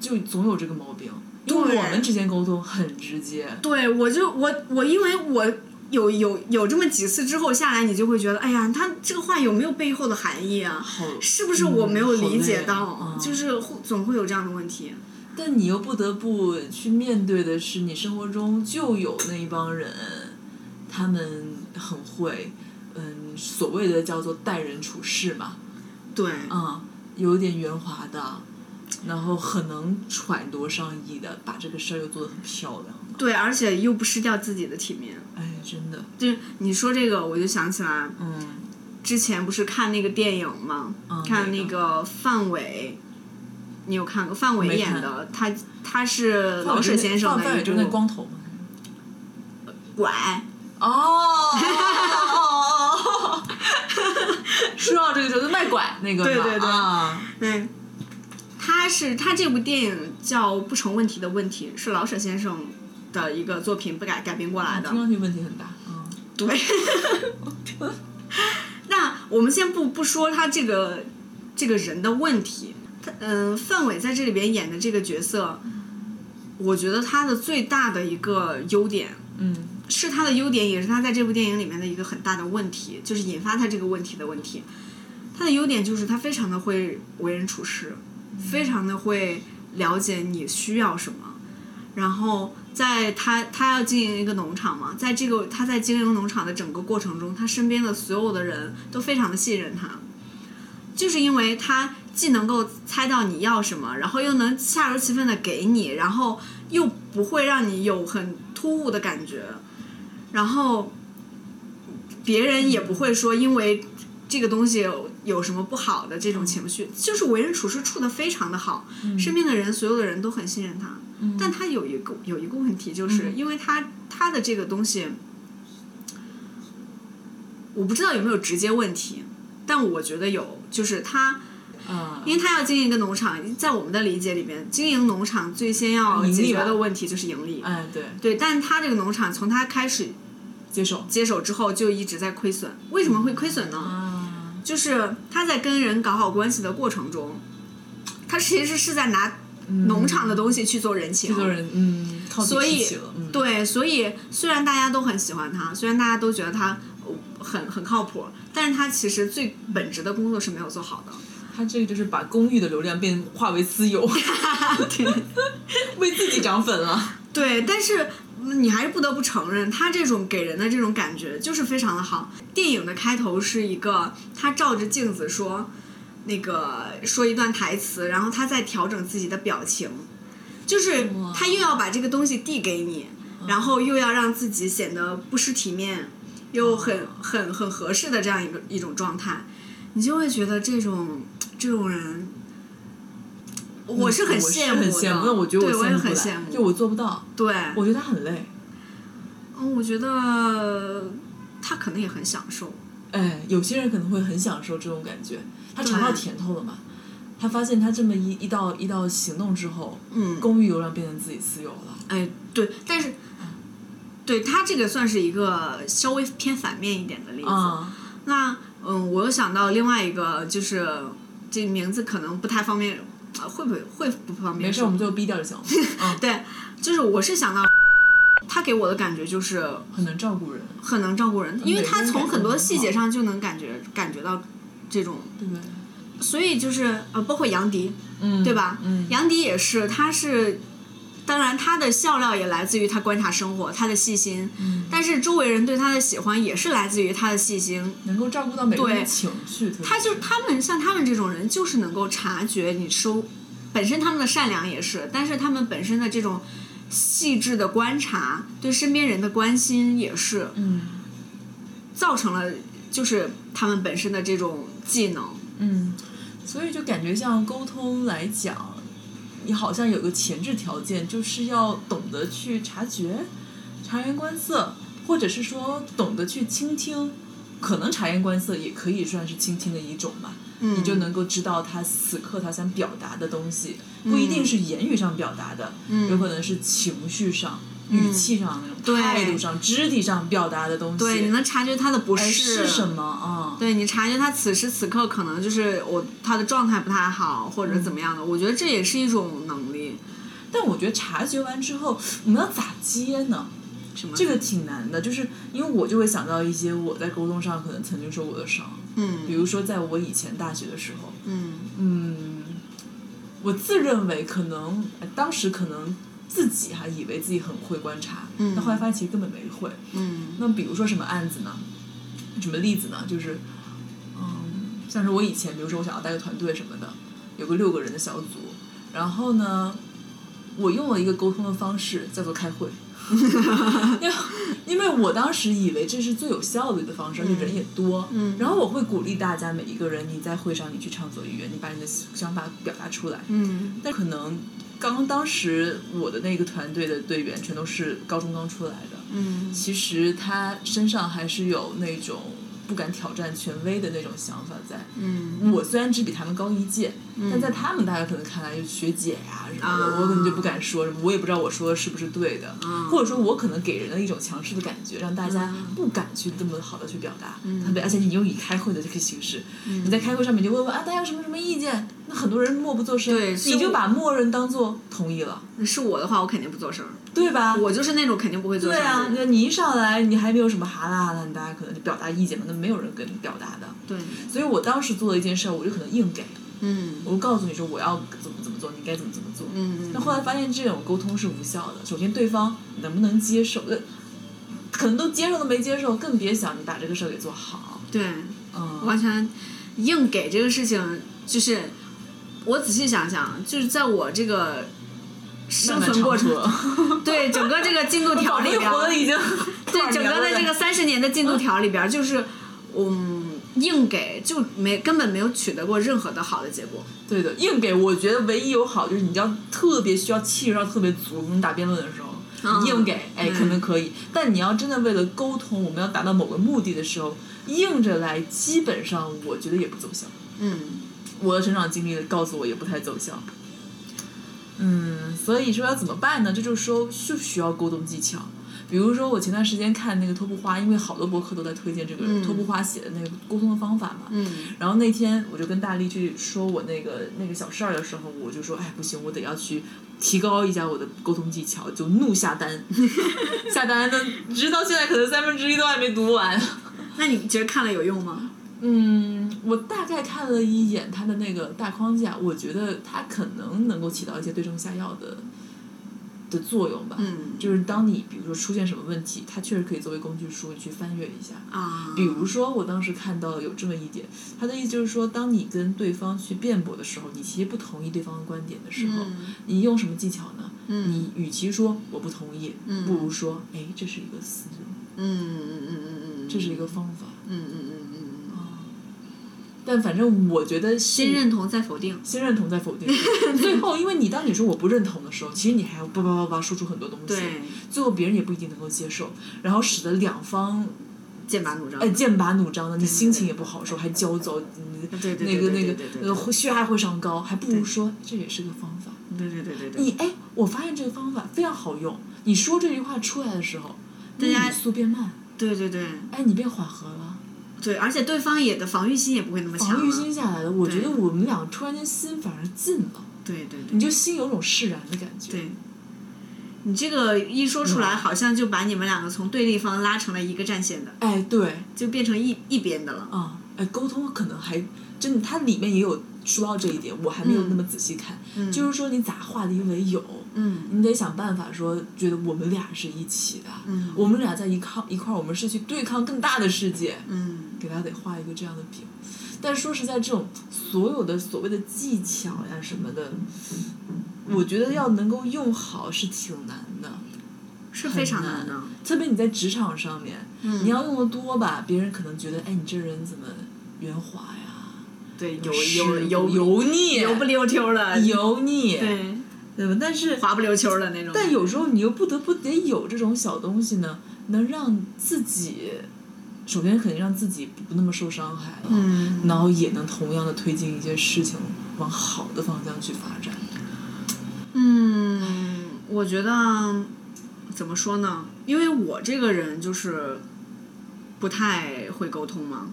Speaker 3: 就总有这个毛病。因为
Speaker 2: 对
Speaker 3: 我们之间沟通很直接，
Speaker 2: 对，我就我我因为我有有有这么几次之后下来，你就会觉得，哎呀，他这个话有没有背后的含义啊？
Speaker 3: 好，
Speaker 2: 是不是我没有
Speaker 3: 嗯好
Speaker 2: 理解
Speaker 3: 累
Speaker 2: 到？
Speaker 3: 嗯
Speaker 2: 就是会总会有这样的问题。
Speaker 3: 但你又不得不去面对的是，你生活中就有那一帮人，他们很会，嗯，所谓的叫做待人处事嘛，
Speaker 2: 对，
Speaker 3: 嗯，有点圆滑的，然后很能揣度上意的，把这个事儿又做得很漂亮的，
Speaker 2: 对，而且又不失掉自己的体面。
Speaker 3: 哎，真的，
Speaker 2: 就是你说这个，我就想起来
Speaker 3: 嗯
Speaker 2: 之前不是看那个电影吗？
Speaker 3: 嗯，
Speaker 2: 看
Speaker 3: 那
Speaker 2: 那个范伟，你有看过范
Speaker 3: 没
Speaker 2: 伟演
Speaker 3: 看
Speaker 2: 的？他他是老舍先生
Speaker 3: 范
Speaker 2: 的
Speaker 3: 伟
Speaker 2: 一
Speaker 3: 就是那
Speaker 2: 部
Speaker 3: 光头嘛，
Speaker 2: 拐。
Speaker 3: 哦， [LAUGHS] 说到这个就是卖拐那个嘛，
Speaker 2: 对对对
Speaker 3: 啊
Speaker 2: 对，他是他这部电影叫《不成问题的问题》，是老舍先生的一个作品，不改改编过来的
Speaker 3: 听。上去问题很大，嗯。
Speaker 2: 对。 [LAUGHS] 那我们先不不说他这个这个人的问题，他嗯、范伟在这里边演的这个角色，我觉得他的最大的一个优点。
Speaker 3: 嗯
Speaker 2: 是他的优点，也是他在这部电影里面的一个很大的问题，就是引发他这个问题的问题。他的优点就是他非常的会为人处事，非常的会了解你需要什么。然后在他他要经营一个农场嘛，在这个他在经营农场的整个过程中，他身边的所有的人都非常的信任他，就是因为他既能够猜到你要什么，然后又能恰如其分的给你，然后又不会让你有很突兀的感觉，然后别人也不会说因为这个东西有有什么不好的这种情绪，就是为人处事处的非常的好，
Speaker 3: 嗯
Speaker 2: 身边的人所有的人都很信任他。但他有一个有一个问题，
Speaker 3: 嗯
Speaker 2: 就是因为他他的这个东西，我不知道有没有直接问题，但我觉得有，就是他。
Speaker 3: 啊，
Speaker 2: 因为他要经营一个农场，在我们的理解里面，经营农场最先要
Speaker 3: 盈利
Speaker 2: 解决
Speaker 3: 吧
Speaker 2: 的问题就是盈利。
Speaker 3: 哎，对，
Speaker 2: 对，但他这个农场从他开始
Speaker 3: 接受
Speaker 2: 接手之后就一直在亏损。为什么会亏损呢？
Speaker 3: 啊，
Speaker 2: 就是他在跟人搞好关系的过程中，他其实是在拿农场的东西去做人情。
Speaker 3: 制作嗯人嗯，靠自己
Speaker 2: 所以
Speaker 3: 提起了，嗯，
Speaker 2: 对，所以虽然大家都很喜欢他，虽然大家都觉得他呃很很靠谱，但是他其实最本职的工作是没有做好的。
Speaker 3: 他这个就是把公寓的流量变化为
Speaker 2: [LAUGHS]
Speaker 3: 私有，为自己涨粉了，
Speaker 2: 对，但是嗯你还是不得不承认，他这种给人的这种感觉就是非常的好。电影的开头是一个他照着镜子说，那个说一段台词，然后他在调整自己的表情，就是
Speaker 3: 哇嗯
Speaker 2: 他又要把这个东西递给你，然后又要让自己显得不失体面，又很
Speaker 3: 哦
Speaker 2: 很很合适的这样一个一种状态，你就会觉得这种这种人。 [LAUGHS] 我是很羡
Speaker 3: 羡
Speaker 2: 慕的，
Speaker 3: 很慕，嗯但我觉得
Speaker 2: 对
Speaker 3: 我
Speaker 2: 我也
Speaker 3: 羡慕不
Speaker 2: 很
Speaker 3: 来
Speaker 2: 羡慕，
Speaker 3: 就我做不到，
Speaker 2: 对，
Speaker 3: 我觉得他很累，
Speaker 2: 嗯，我觉得他可能也很享受。
Speaker 3: 哎，有些人可能会很享受这种感觉，他尝到
Speaker 2: 对
Speaker 3: 甜头了嘛。他发现他这么一一到一到行动之后，
Speaker 2: 嗯，
Speaker 3: 公寓流量变成自己私有了。
Speaker 2: 哎，对，但是，对他这个算是一个稍微偏反面一点的例子。
Speaker 3: 啊，
Speaker 2: 那嗯，我又想到另外一个，就是这名字可能不太方便，呃会不会会不方便
Speaker 3: 没事，我
Speaker 2: 说？
Speaker 3: 们就逼掉就行了。嗯，
Speaker 2: 对，就是我是想到他给我的感觉就是
Speaker 3: 很能照顾人，
Speaker 2: 很能照顾人，因为他
Speaker 3: 人感
Speaker 2: 从
Speaker 3: 觉
Speaker 2: 很多
Speaker 3: 很嗯
Speaker 2: 细节
Speaker 3: 好
Speaker 2: 上就能感觉感觉到这种，
Speaker 3: 对不对？
Speaker 2: 所以就是呃，包括杨迪，
Speaker 3: 嗯，
Speaker 2: 对吧？
Speaker 3: 嗯，
Speaker 2: 杨迪也是，他是，当然他的笑料也来自于他观察生活，他的细心，
Speaker 3: 嗯
Speaker 2: 但是周围人对他的喜欢也是来自于他的细心。
Speaker 3: 能够照顾到每个人的
Speaker 2: 对
Speaker 3: 情绪，特别
Speaker 2: 他就是他们像他们这种人，就是能够察觉你收，本身他们的善良也是，但是他们本身的这种细致的观察，对身边人的关心也是
Speaker 3: 嗯
Speaker 2: 造成了就是他们本身的这种技能。
Speaker 3: 嗯，所以就感觉像沟通来讲，你好像有个前置条件，就是要懂得去察觉、察言观色，或者是说懂得去倾听。可能察言观色也可以算是倾听的一种吧，
Speaker 2: 嗯，
Speaker 3: 你就能够知道他此刻他想表达的东西，不一定是言语上表达的，
Speaker 2: 嗯
Speaker 3: 有可能是情绪上、语气上那种、
Speaker 2: 对
Speaker 3: 态度上、肢体上表达的东西。
Speaker 2: 对，你能察觉他的不
Speaker 3: 哎
Speaker 2: 适
Speaker 3: 是什么啊？
Speaker 2: 对你察觉他此时此刻可能就是我他的状态不太好，或者怎么样的，我觉得这也是一种能力。
Speaker 3: 但我觉得察觉完之后，我们要咋接呢？
Speaker 2: 什么？
Speaker 3: 这个挺难的，就是因为我就会想到一些我在沟通上可能曾经受过的伤，比
Speaker 2: 嗯
Speaker 3: 如说在我以前大学的时候，
Speaker 2: 嗯
Speaker 3: 嗯，我自认为可能哎当时可能自己还以为自己很会观察，
Speaker 2: 嗯
Speaker 3: 但后来发现其实根本没会。
Speaker 2: 嗯
Speaker 3: 那比如说什么案子呢？什么例子呢？就是，嗯，像是我以前，比如说我想要带个团队什么的，有个六个人的小组，然后呢，我用了一个沟通的方式，叫做开
Speaker 2: [LAUGHS]
Speaker 3: 会。因为因为我当时以为这是最有效率的方式，而且人也多。
Speaker 2: 嗯
Speaker 3: 然后我会鼓励大家每一个人，你在会上你去畅所欲言，你把你的想法表达出来。
Speaker 2: 嗯
Speaker 3: 但可能刚当时我的那个团队的队员全都是高中刚出来的，
Speaker 2: 嗯
Speaker 3: 其实他身上还是有那种不敢挑战权威的那种想法在。
Speaker 2: 嗯
Speaker 3: 我虽然只比他们高一届，但在他们大家可能看来就是学姐呀、什么的，
Speaker 2: 啊嗯
Speaker 3: 我可能就不敢说什么，我也不知道我说的是不是对的，或者说我可能给人的一种强势的感觉，让大家不敢去这么好的去表达。
Speaker 2: 嗯
Speaker 3: 特别而且你用以开会的这个形式，你在开会上面就问问啊，大家有什么什么意见？那很多人默不作声，
Speaker 2: 对是
Speaker 3: 你就
Speaker 2: 我
Speaker 3: 把默认当做同意了，
Speaker 2: 嗯是我的话，我肯定不做声儿，
Speaker 3: 对吧？
Speaker 2: 我就是那种肯定不会做
Speaker 3: 对
Speaker 2: 声
Speaker 3: 啊
Speaker 2: 儿，的
Speaker 3: 那
Speaker 2: 人。
Speaker 3: 你一上来你还没有什么哈啦哈啦，你大家可能就表达意见嘛，那没有人跟你表达的。
Speaker 2: 对，
Speaker 3: 所以我当时做了一件事儿，我就可能硬给，
Speaker 2: 嗯
Speaker 3: 我告诉你说我要怎么怎么做，你该怎么怎么做。
Speaker 2: 嗯
Speaker 3: 那后来发现这种沟通是无效的，首先对方能不能接受，呃可能都接受都没接受，更别想你把这个事儿给做好。
Speaker 2: 对，
Speaker 3: 嗯，
Speaker 2: 完全硬给这个事情，就是我仔细想想，就是在我这个生
Speaker 3: 漫
Speaker 2: 存过程 [LAUGHS]
Speaker 3: 长，[LAUGHS] 河
Speaker 2: 对整个这个
Speaker 3: [LAUGHS]
Speaker 2: 进度条
Speaker 3: 脑
Speaker 2: 里
Speaker 3: 力
Speaker 2: 边
Speaker 3: 活
Speaker 2: 儿
Speaker 3: 的，已经
Speaker 2: [LAUGHS]
Speaker 3: [LAUGHS]
Speaker 2: 对整个的这个三十年的进度条里边儿，就是嗯，硬给就没根本没有取得过任何的好的结果。
Speaker 3: 对的，硬给我觉得唯一有好就是你这样特别需要气势上特别足，你打辩论的时候。
Speaker 2: 嗯
Speaker 3: 硬给，哎，可能可以，但你要真的为了沟通，我们要达到某个目的的时候，硬着来，基本上我觉得也不奏效。
Speaker 2: 嗯，
Speaker 3: 我的成长经历告诉我也不太奏效。嗯，所以说要怎么办呢？这就是说需不需要沟通技巧。比如说，我前段时间看那个托布花，因为好多博客都在推荐这个
Speaker 2: 嗯
Speaker 3: 托布花写的那个沟通的方法嘛。
Speaker 2: 嗯
Speaker 3: 然后那天我就跟大力去说我那个那个小事儿的时候，我就说，哎，不行，我得要去提高一下我的沟通技巧，就怒下单，下单的，直到现在可能三分之一都还没读完。 [LAUGHS]
Speaker 2: 那你觉得看了有用吗？
Speaker 3: 嗯，我大概看了一眼他的那个大框架，我觉得他可能能够起到一些对症下药的的作用吧。
Speaker 2: 嗯
Speaker 3: 就是当你比如说出现什么问题，它确实可以作为工具书你去翻阅一下。
Speaker 2: 啊，
Speaker 3: 比如说，我当时看到有这么一点，他的意思就是说，当你跟对方去辩驳的时候，你其实不同意对方的观点的时候，
Speaker 2: 嗯
Speaker 3: 你用什么技巧呢？
Speaker 2: 嗯
Speaker 3: 你与其说我不同意，
Speaker 2: 嗯
Speaker 3: 不如说，哎，这是一个思路，
Speaker 2: 嗯嗯嗯嗯嗯，
Speaker 3: 这是一个哦方法。啊
Speaker 2: 嗯嗯嗯嗯嗯，
Speaker 3: 但反正我觉得
Speaker 2: 先
Speaker 3: 信
Speaker 2: 认同再否定。
Speaker 3: 先认同再否
Speaker 2: [LAUGHS]
Speaker 3: 定，最后因为你当你说我不认同的时候，其实你还要叭叭叭叭说出很多东西，
Speaker 2: 对，
Speaker 3: 最后别人也不一定能够接受，然后使得两方
Speaker 2: 剑拔弩张。
Speaker 3: 哎剑拔弩张的，你心情也不好受，还焦躁，嗯
Speaker 2: 对对
Speaker 3: 那
Speaker 2: 对对
Speaker 3: 个那
Speaker 2: 对
Speaker 3: 个
Speaker 2: 对对
Speaker 3: 那个血压会上高，还不如说这也是个方法。
Speaker 2: 对对对对对，
Speaker 3: 你哎，我发现这个方法非常好用，你说这句话出来的时候，你
Speaker 2: 大家
Speaker 3: 语速变慢，
Speaker 2: 对对对
Speaker 3: 哎，你变缓和了，
Speaker 2: 对，而且对方也的防御心也不会那么强了。
Speaker 3: 防御心下来了，我觉
Speaker 2: 对
Speaker 3: 得我们俩突然间心反而近了，
Speaker 2: 对对对
Speaker 3: 你就心有种释然的感觉。
Speaker 2: 对。你这个一说出来，
Speaker 3: 嗯
Speaker 2: 好像就把你们两个从对立方拉成了一个战线的，
Speaker 3: 哎，对，
Speaker 2: 就变成一一边的了。
Speaker 3: 啊，哎，沟通可能还真的，它里面也有说到这一点，我还没有那么仔细看。
Speaker 2: 嗯
Speaker 3: 就是说，你咋化敌为友？
Speaker 2: 嗯
Speaker 3: 你得想办法说，觉得我们俩是一起的，
Speaker 2: 嗯
Speaker 3: 我们俩在一抗一块儿，我们是去对抗更大的世界。
Speaker 2: 嗯
Speaker 3: 给他得画一个这样的饼。但说实在，这种所有的所谓的技巧呀什么的，我觉得要能够用好是挺难的。
Speaker 2: 嗯是非常难
Speaker 3: 难
Speaker 2: 的。
Speaker 3: 特别你在职场上面，
Speaker 2: 嗯
Speaker 3: 你要用的多吧，别人可能觉得，哎，你这人怎么圆滑呀？
Speaker 2: 对，油
Speaker 3: 是
Speaker 2: 油油
Speaker 3: 油腻，
Speaker 2: 油不溜秋的，
Speaker 3: 油腻，
Speaker 2: 对，
Speaker 3: 对吧？但是，
Speaker 2: 滑不溜秋的那种。
Speaker 3: 但有时候你又不得不得有这种小东西呢，能让自己，首先肯定让自己不那么受伤害了，
Speaker 2: 嗯
Speaker 3: 然后也能同样的推进一些事情往好的方向去发展。
Speaker 2: 嗯，我觉得怎么说呢？因为我这个人就是不太会沟通嘛。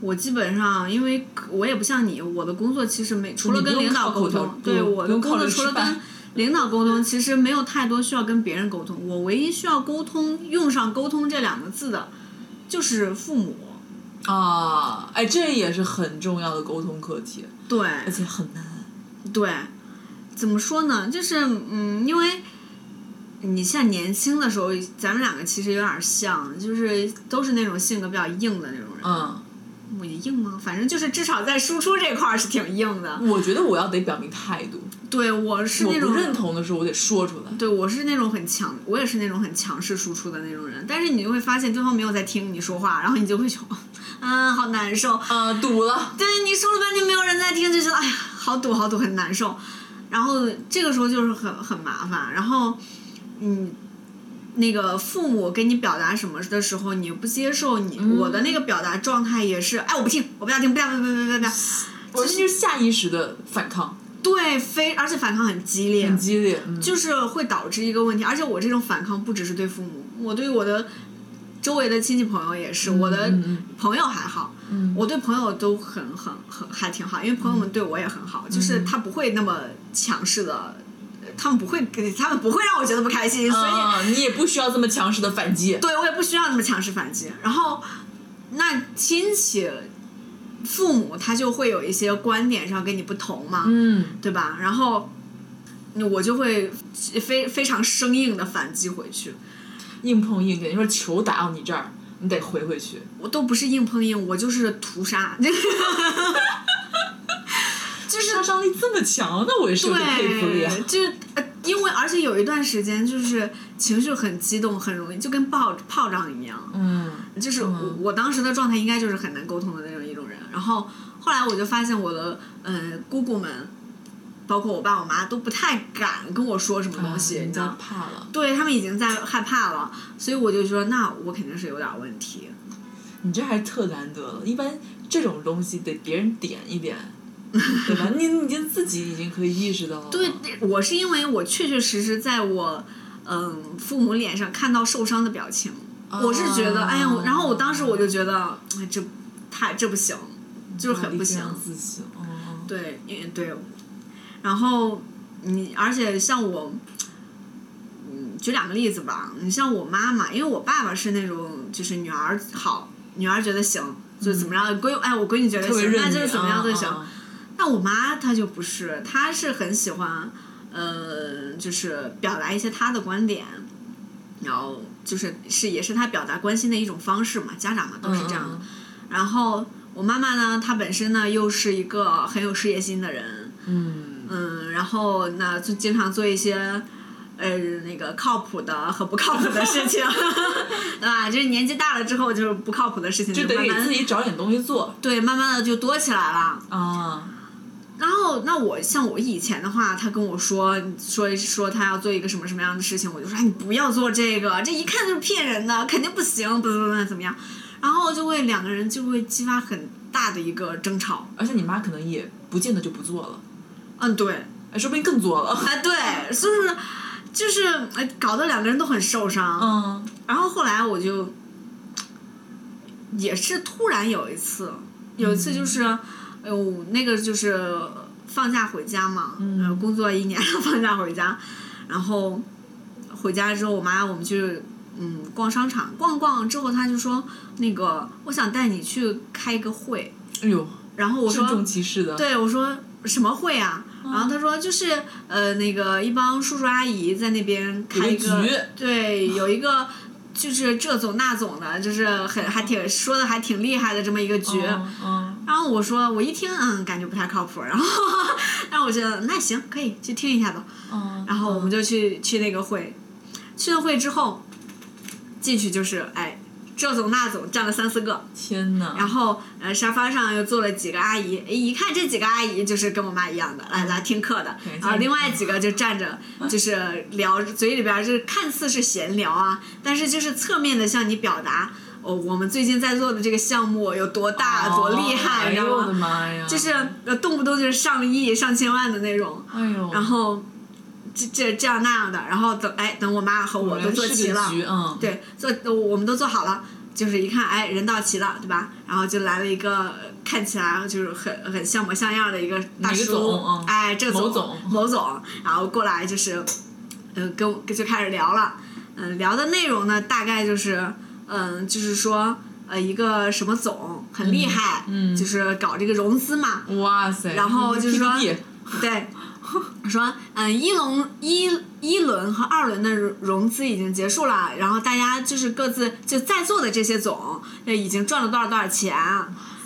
Speaker 2: 我基本上，因为我也不像你，我的工作其实没除了跟
Speaker 3: 不用
Speaker 2: 领导
Speaker 3: 靠口
Speaker 2: 沟
Speaker 3: 头
Speaker 2: 通，
Speaker 3: 不
Speaker 2: 对
Speaker 3: 用
Speaker 2: 我
Speaker 3: 不
Speaker 2: 的
Speaker 3: 用
Speaker 2: 工
Speaker 3: 靠
Speaker 2: 作
Speaker 3: 着
Speaker 2: 除
Speaker 3: 吃
Speaker 2: 了
Speaker 3: 饭
Speaker 2: 跟领导沟通，其实没有太多需要跟别人沟通。我唯一需要沟通，用上“沟通”这两个字的，就是父母。
Speaker 3: 啊，哎，这也是很重要的沟通课题，
Speaker 2: 对，
Speaker 3: 而且很难。
Speaker 2: 对，怎么说呢？就是嗯，因为你像年轻的时候，咱们两个其实有点像，就是都是那种性格比较硬的那种人。
Speaker 3: 嗯，
Speaker 2: 我硬吗？反正就是至少在输出这块儿是挺硬的。
Speaker 3: 我觉得我要得表明态度，
Speaker 2: 对，我是
Speaker 3: 我
Speaker 2: 那
Speaker 3: 不
Speaker 2: 种
Speaker 3: 认同的时候我得说出来。
Speaker 2: 对，我是那种很强，我也是那种很强势输出的那种人。但是你就会发现对方没有在听你说话，然后你就会觉得，啊，好难受。
Speaker 3: 啊，堵了。
Speaker 2: 对你说了半天没有人在听，就觉得哎呀，好堵好堵，很难受。然后这个时候就是很很麻烦。然后，嗯，那个父母给你表达什么的时候，你不接受你，
Speaker 3: 嗯
Speaker 2: 我的那个表达状态也是，哎，我不听，我不要听，不要不要不要不要不要。
Speaker 3: 我这就是下意识的反抗，
Speaker 2: 对，非而且反抗很激烈，
Speaker 3: 很激烈。嗯
Speaker 2: 就是会导致一个问题。而且我这种反抗不只是对父母，我对我的周围的亲戚朋友也是，我的
Speaker 3: 嗯嗯
Speaker 2: 朋友还好，
Speaker 3: 嗯
Speaker 2: 我对朋友都很很很还挺好，因为朋友们对我也很
Speaker 3: 嗯
Speaker 2: 好，就是他不会那么强势的，呃他们不会给，他们不会让我觉得不开心，所以、
Speaker 3: 啊，你也不需要这么强势的反击。
Speaker 2: 对我也不需要那么强势反击。然后，那亲戚、父母他就会有一些观点上跟你不同嘛，
Speaker 3: 嗯，
Speaker 2: 对吧？然后。我就会非非常生硬的反击回去，
Speaker 3: 硬碰硬，跟你说球打到你这儿，你得回回去。
Speaker 2: 我都不是硬碰硬，我就是屠杀， [LAUGHS]
Speaker 3: 就是杀伤力这么强，那我也是有点佩服的呀啊
Speaker 2: [LAUGHS] 对，。就是呃因为而且有一段时间就是情绪很激动，很容易就跟炮炮仗一样，
Speaker 3: 嗯，
Speaker 2: 就是我我当时的状态应该就是很难沟通的那种一种人。然后后来我就发现我的呃姑姑们，包括我爸我妈都不太敢跟我说什么东西，你
Speaker 3: 你
Speaker 2: 知
Speaker 3: 知道
Speaker 2: 道。
Speaker 3: 啊怕了。
Speaker 2: 对他们已经在害怕了，所以我就说，那我肯定是有点问题。
Speaker 3: 你这还是特难得了，一般这种东西得别人点
Speaker 2: [LAUGHS]
Speaker 3: 一点，对吧？你你已经自己已经可以意识到了。
Speaker 2: 对，我是因为我确确实实在我嗯父母脸上看到受伤的表情，
Speaker 3: 啊
Speaker 2: 我是觉得哎呀，
Speaker 3: 哦
Speaker 2: 我然后我当时我就觉得哎这太这不行，就是很不行。
Speaker 3: 自己，哦，对，
Speaker 2: 对，因为对，然后你而且像我，嗯，举两个例子吧。你像我妈妈，因为我爸爸是那种就是女儿好，女儿觉得行，就怎么样闺、哎我闺女觉得
Speaker 3: 嗯特别
Speaker 2: 行，
Speaker 3: 认
Speaker 2: 那
Speaker 3: 你
Speaker 2: 就是怎么样都行。
Speaker 3: 啊啊
Speaker 2: 那我妈她就不是，她是很喜欢，呃，就是表达一些她的观点，然后就是是也是她表达关心的一种方式嘛，家长嘛都是这样的。
Speaker 3: 嗯嗯
Speaker 2: 然后我妈妈呢，她本身呢又是一个很有事业心的人，
Speaker 3: 嗯，
Speaker 2: 嗯，然后那就经常做一些。呃，那个靠谱的和不靠谱的事
Speaker 3: [LAUGHS]
Speaker 2: 情，对吧？就是年纪大了之后，就是不靠谱的事情就
Speaker 3: 就得
Speaker 2: 慢
Speaker 3: 给
Speaker 2: 慢
Speaker 3: 自己找点东西做
Speaker 2: 对慢慢的就多起来了。
Speaker 3: 啊，
Speaker 2: 然后，哦那我像我以前的话，他跟我说说说他要做一个什么什么样的事情，我就说、哎、你不要做这个，这一看就是骗人的，肯定不行，不不不怎么样，然后就会两个人就会激发很大的一个争吵。
Speaker 3: 而且你妈可能也不见得就不做了，
Speaker 2: 嗯，对，
Speaker 3: 哎，说不定更做
Speaker 2: [LAUGHS]
Speaker 3: 了。
Speaker 2: 啊对，所以说就是哎搞得两个人都很受伤。
Speaker 3: 嗯
Speaker 2: 然后后来我就也是突然有一次，有一次就是，哎呦，那个就是放假回家嘛，
Speaker 3: 嗯
Speaker 2: 呃工作一年放假回家，然后回家之后，我妈我们去嗯逛商场，逛逛之后，她就说那个我想带你去开一个会，
Speaker 3: 哎呦，
Speaker 2: 然后我说
Speaker 3: 慎重其事的。
Speaker 2: 对，我说什么会啊？然后他说
Speaker 3: 嗯
Speaker 2: 就是呃那个一帮叔叔阿姨在那边开一
Speaker 3: 有
Speaker 2: 个
Speaker 3: 个局
Speaker 2: 对，有一个就是这总那总的，就是很还挺说的还挺厉害的这么一个局。
Speaker 3: 嗯，嗯
Speaker 2: 然后我说我一听嗯感觉不太靠谱，然后 [LAUGHS] 然后我觉得那行可以去听一下吧。
Speaker 3: 嗯，
Speaker 2: 然后我们
Speaker 3: 就
Speaker 2: 就去去那个会，去了会之后进去就是哎这总那总站了三四个。
Speaker 3: 天哪，
Speaker 2: 然后呃，沙发上又坐了几个阿姨，诶一看这几个阿姨就是跟我妈一样的，来来听课的，
Speaker 3: 对嗯
Speaker 2: 然后另外几个就站着，就是聊，嘴里边儿就是看似是闲聊啊，但是就是侧面的向你表达，哦，我们最近在做的这个项目有多大、多厉害，
Speaker 3: 哎
Speaker 2: 你知
Speaker 3: 呦我
Speaker 2: 道
Speaker 3: 的
Speaker 2: 吗？
Speaker 3: 妈呀！
Speaker 2: 就是呃动不动就是上亿、上千万的那种，
Speaker 3: 哎呦，
Speaker 2: 然后这这这样那样的，然后等哎等我妈和我
Speaker 3: 原
Speaker 2: 都
Speaker 3: 来
Speaker 2: 做
Speaker 3: 是
Speaker 2: 齐
Speaker 3: 个
Speaker 2: 了，
Speaker 3: 局嗯，
Speaker 2: 对，做我我们都做好了，就是一看，哎，人到齐了，对吧？然后就来了一个呃看起来就是很很像模像样的一个大
Speaker 3: 哪个
Speaker 2: 叔，
Speaker 3: 总嗯
Speaker 2: 哎，这
Speaker 3: 某
Speaker 2: 总
Speaker 3: 总
Speaker 2: 某总，然后过来就是，嗯、跟我就开始聊了，嗯、聊的内容呢，大概就是，嗯、就是说。呃，一个什么总很厉害，
Speaker 3: 嗯嗯
Speaker 2: 就是搞这个融资嘛，
Speaker 3: 哇塞！
Speaker 2: 然后就是说
Speaker 3: PPT
Speaker 2: 对，说嗯，一轮一一轮和二轮的融融资已经结束了，然后大家就是各自就在座的这些总，呃，已经赚了多少多少钱。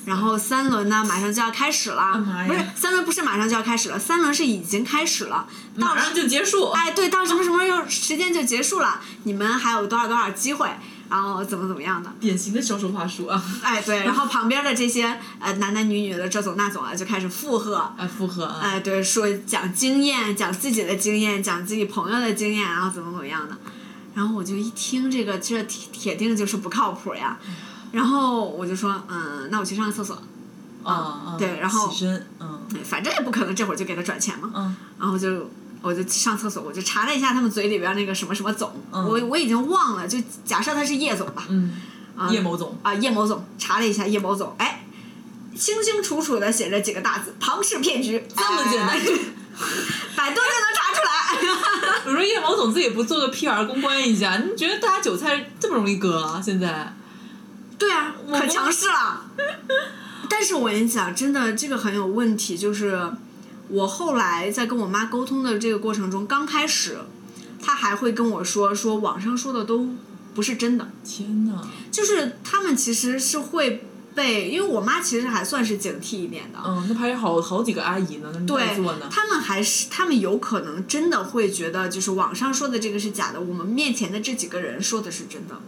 Speaker 2: 然后三轮呢，马上就要开始了，
Speaker 3: 哎妈呀
Speaker 2: 不是三轮不是马上就要开始了，三轮是已经开始了，到
Speaker 3: 马上就结束。
Speaker 2: [LAUGHS] 哎，对，到什么什么时候时间就结束了，你们还有多少多少机会，然后怎么怎么样的，
Speaker 3: 典型的销售话术啊！
Speaker 2: 哎，对，然后旁边的这些呃男男女女的这总那总啊，就开始附和，
Speaker 3: 哎，附和啊！
Speaker 2: 哎，对，说讲经验，讲自己的经验，讲自己朋友的经验，然后怎么怎么样的。然后我就一听这个，这铁铁定就是不靠谱呀。
Speaker 3: 嗯
Speaker 2: 然后我就说，嗯，那我去上个厕所。
Speaker 3: 啊，啊
Speaker 2: 对然后
Speaker 3: 起身，嗯
Speaker 2: 哎反正也不可能这会儿就给他转钱嘛。
Speaker 3: 嗯，
Speaker 2: 然后就我就上厕所，我就查了一下他们嘴里边那个什么什么总，
Speaker 3: 嗯
Speaker 2: 我我已经忘了，就假设他是叶总吧。
Speaker 3: 嗯，叶某总，
Speaker 2: 啊，叶某总查了一下，叶某总，哎，清清楚楚的写着几个大字：庞氏骗局。
Speaker 3: 这么
Speaker 2: [LAUGHS]
Speaker 3: 简单
Speaker 2: 哎百度就能查出来。 [LAUGHS]
Speaker 3: 我说叶某总自己也不做个 PR 公关一下，你觉得大家韭菜这么容易割啊？现在
Speaker 2: 对啊，
Speaker 3: 我
Speaker 2: 可强势
Speaker 3: [LAUGHS]
Speaker 2: 了。但是我跟你讲，真的这个很有问题，就是我后来在跟我妈沟通的这个过程中，刚开始她还会跟我说，说网上说的都不是真的，
Speaker 3: 天哪，
Speaker 2: 就是他们其实是会被，因为我妈其实还算是警惕一点的，
Speaker 3: 嗯，那还有好好几个阿姨呢，那在做呢。
Speaker 2: 他们还是他们有可能真的会觉得，就是网上说的这个是假的，我们面前的这几个人说的是真的。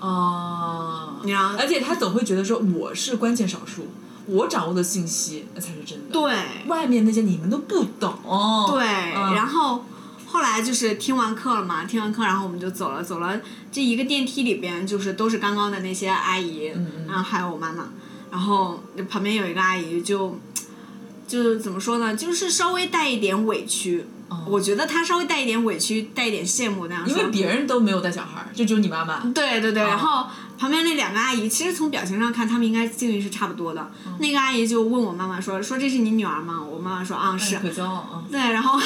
Speaker 3: 哦，
Speaker 2: 你啊让
Speaker 3: 而且他总会觉得说我是关键少数，我掌握的信息那才是真的。，
Speaker 2: 对
Speaker 3: 外面那些你们都不懂。
Speaker 2: 对，
Speaker 3: 对
Speaker 2: 然后后来就是听完课了嘛，听完课然后我们就走了，走了这一个电梯里边就是都是刚刚的那些阿姨，
Speaker 3: 嗯
Speaker 2: 然后还有我妈妈，然后旁边有一个阿姨就。就是怎么说呢，就是稍微带一点委屈，我觉得她稍微带一点委屈，带一点羡慕那样
Speaker 3: 哦因
Speaker 2: 说
Speaker 3: 为别人哦都没有带小孩儿，就只有你妈妈。
Speaker 2: 对对对，然后旁边那两个阿姨，其实从表情上看，她们应该境遇是差不多的。
Speaker 3: 嗯
Speaker 2: 那个阿姨就问我妈妈说：“说这是你女儿吗？”我妈妈说：“啊，是。
Speaker 3: 可骄傲啊！
Speaker 2: 对，然后，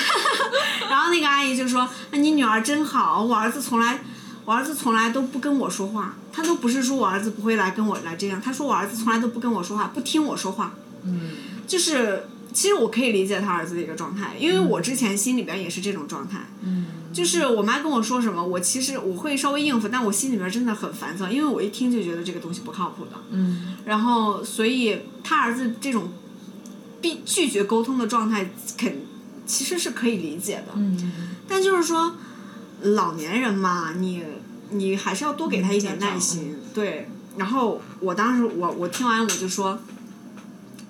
Speaker 2: 然后那个阿姨就说：“那你女儿真好，我儿子从来，我儿子从来都不跟我说话，他都不是说我儿子不会来跟我来这样，他说我儿子从来都不跟我说话，不听我说话。”
Speaker 3: 嗯，
Speaker 2: 就是其实我可以理解他儿子的一个状态，因为我之前心里边也是这种状态。嗯，就是我妈跟我说什么，我其实我会稍微应付，但我心里边真的很烦躁，因为我一听就觉得这个东西不靠谱的。
Speaker 3: 嗯，
Speaker 2: 然后所以他儿子这种必拒绝沟通的状态，肯其实是可以理解的。
Speaker 3: 嗯，
Speaker 2: 但就是说，老年人嘛，你你还是要多给他一点耐心，对。然后我当时我我听完我就说，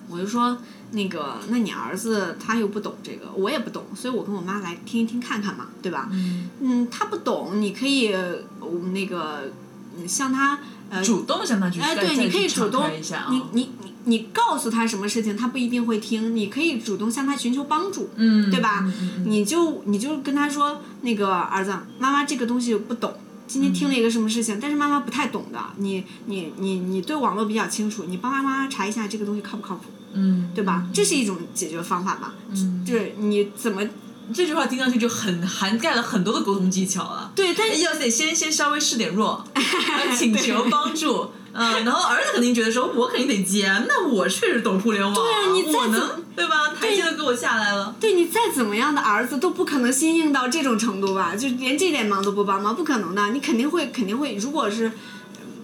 Speaker 2: 我就说那个，那你儿子他又不懂这个，我也不懂，所以我跟我妈来听一听看看嘛，对吧？
Speaker 3: 嗯
Speaker 2: 嗯，他不懂，你可以我们那个嗯向他呃
Speaker 3: 主动向他去
Speaker 2: 哎，
Speaker 3: 再
Speaker 2: 对，
Speaker 3: 再
Speaker 2: 你可以
Speaker 3: 去
Speaker 2: 主
Speaker 3: 敞
Speaker 2: 动
Speaker 3: 开一下啊，
Speaker 2: 你你你你告诉他什么事情，他不一定会听，你可以主动向他寻求帮助，
Speaker 3: 嗯，
Speaker 2: 对吧
Speaker 3: 嗯嗯嗯
Speaker 2: 你就你就跟他说，那个儿子，妈妈这个东西不懂，今天听了一个什么事情，但是妈妈不太懂的，你你你你对网络比较清楚，你帮妈妈查一下这个东西靠不靠谱，
Speaker 3: 嗯，
Speaker 2: 对吧？
Speaker 3: 嗯
Speaker 2: 这是一种解决方法吧？
Speaker 3: 嗯
Speaker 2: 就是你怎么
Speaker 3: 这句话听上去就很涵盖了很多的沟通技巧啊了。
Speaker 2: 对，但是
Speaker 3: 哎要得先先稍微示点
Speaker 2: [LAUGHS]
Speaker 3: 弱，然后请求帮助，嗯，然后儿子肯定觉得说，我肯定得接，那我确实懂互联网，对
Speaker 2: 啊你再
Speaker 3: 我
Speaker 2: 怎
Speaker 3: 能对吧？台阶都给我下来了，
Speaker 2: 对你再怎么样的儿子都不可能心硬到这种程度吧？就连这点忙都不帮忙，不可能的。你肯定会，肯定会。如果是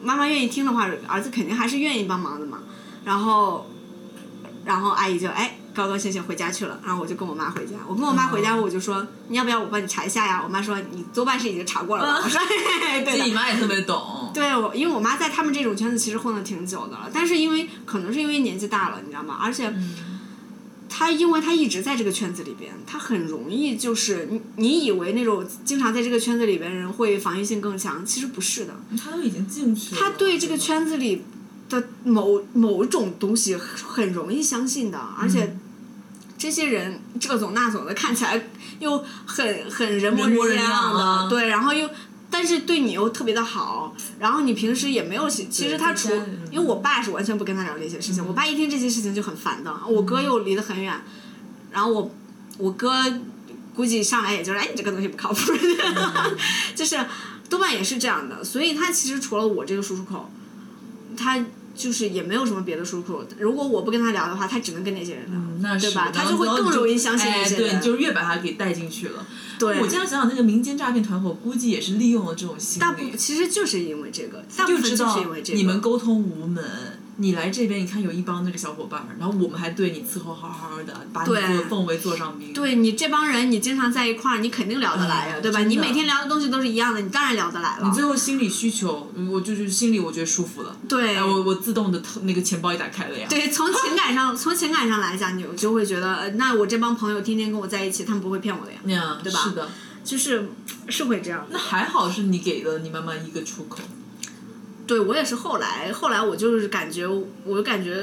Speaker 2: 妈妈愿意听的话，儿子肯定还是愿意帮忙的嘛。然后，然后阿姨就哎高高兴兴回家去了。然后我就跟我妈回家，我跟我妈回
Speaker 3: 哦
Speaker 2: 家，我就说、你要不要我帮你查一下呀？我妈说你多半是已经查过了吧。我说
Speaker 3: [LAUGHS]
Speaker 2: 嘿嘿
Speaker 3: 自
Speaker 2: 对
Speaker 3: 己
Speaker 2: 的。
Speaker 3: 妈也特别懂，
Speaker 2: 对我，因为我妈在他们这种圈子其实混了挺久的了，但是因为可能是因为年纪大了，你知道吗？而且。他因为他一直在这个圈子里边，他很容易就是你你以为那种经常在这个圈子里边的人会防御性更强，其实不是的。
Speaker 3: 嗯他都已经进去了，
Speaker 2: 他对这个圈子里的某某种东西很容易相信的，而
Speaker 3: 嗯
Speaker 2: 且这些人这种那种的，看起来又很很人模
Speaker 3: 人模人
Speaker 2: 样
Speaker 3: 样
Speaker 2: 的，
Speaker 3: 啊
Speaker 2: 对，然后又。但是对你又特别的好，然后你平时也没有其其实他除
Speaker 3: 对家嗯人
Speaker 2: 因为我爸是完全不跟他聊这些事情，我爸一听这些事情就很烦的，我哥又离得很远，然后我我哥估计上来也就是哎你这个东西不靠谱， [LAUGHS] 就是多半也是这样的，所以他其实除了我这个输出口，他就是也没有什么别的输出口。如果我不跟他聊的话，他只能跟那些人聊，
Speaker 3: 嗯，那是
Speaker 2: 对吧
Speaker 3: 然
Speaker 2: 他
Speaker 3: 后
Speaker 2: 就会
Speaker 3: 然后
Speaker 2: 更
Speaker 3: 你
Speaker 2: 容易相信
Speaker 3: 哎
Speaker 2: 这些
Speaker 3: 对，
Speaker 2: 人
Speaker 3: 你就越把他给带进去了。哎
Speaker 2: 对，
Speaker 3: 我这样想想，那个民间诈骗团伙估计也是利用了这种心理，
Speaker 2: 大部其实就是因为这个，大部
Speaker 3: 就
Speaker 2: 分
Speaker 3: 知
Speaker 2: 就是
Speaker 3: 道
Speaker 2: 因为这个。
Speaker 3: 你们沟通无门，你来这边，你看有一帮那个小伙伴儿，然后我们还对你伺候好好的，把你做
Speaker 2: 对
Speaker 3: 的氛围做上宾。
Speaker 2: 对你这帮人，你经常在一块儿，你肯定聊得来呀，
Speaker 3: 哎
Speaker 2: 对吧？
Speaker 3: 真的
Speaker 2: 你每天聊的东西都是一样的，你当然聊得来了。
Speaker 3: 最后心理需求，嗯我就是心里我觉得舒服了，
Speaker 2: 对
Speaker 3: 哎，我我自动的那个钱包也打开了呀。
Speaker 2: 对，从情感上，从情感上来讲，你就会觉得，呃那我这帮朋友天天跟我在一起，他们不会骗我的呀，
Speaker 3: 那样
Speaker 2: 对吧
Speaker 3: 是的，
Speaker 2: 就是是会这样的。
Speaker 3: 还好是你给了你妈妈一个出口。
Speaker 2: 对我也是后来，后来我就是感觉，我感觉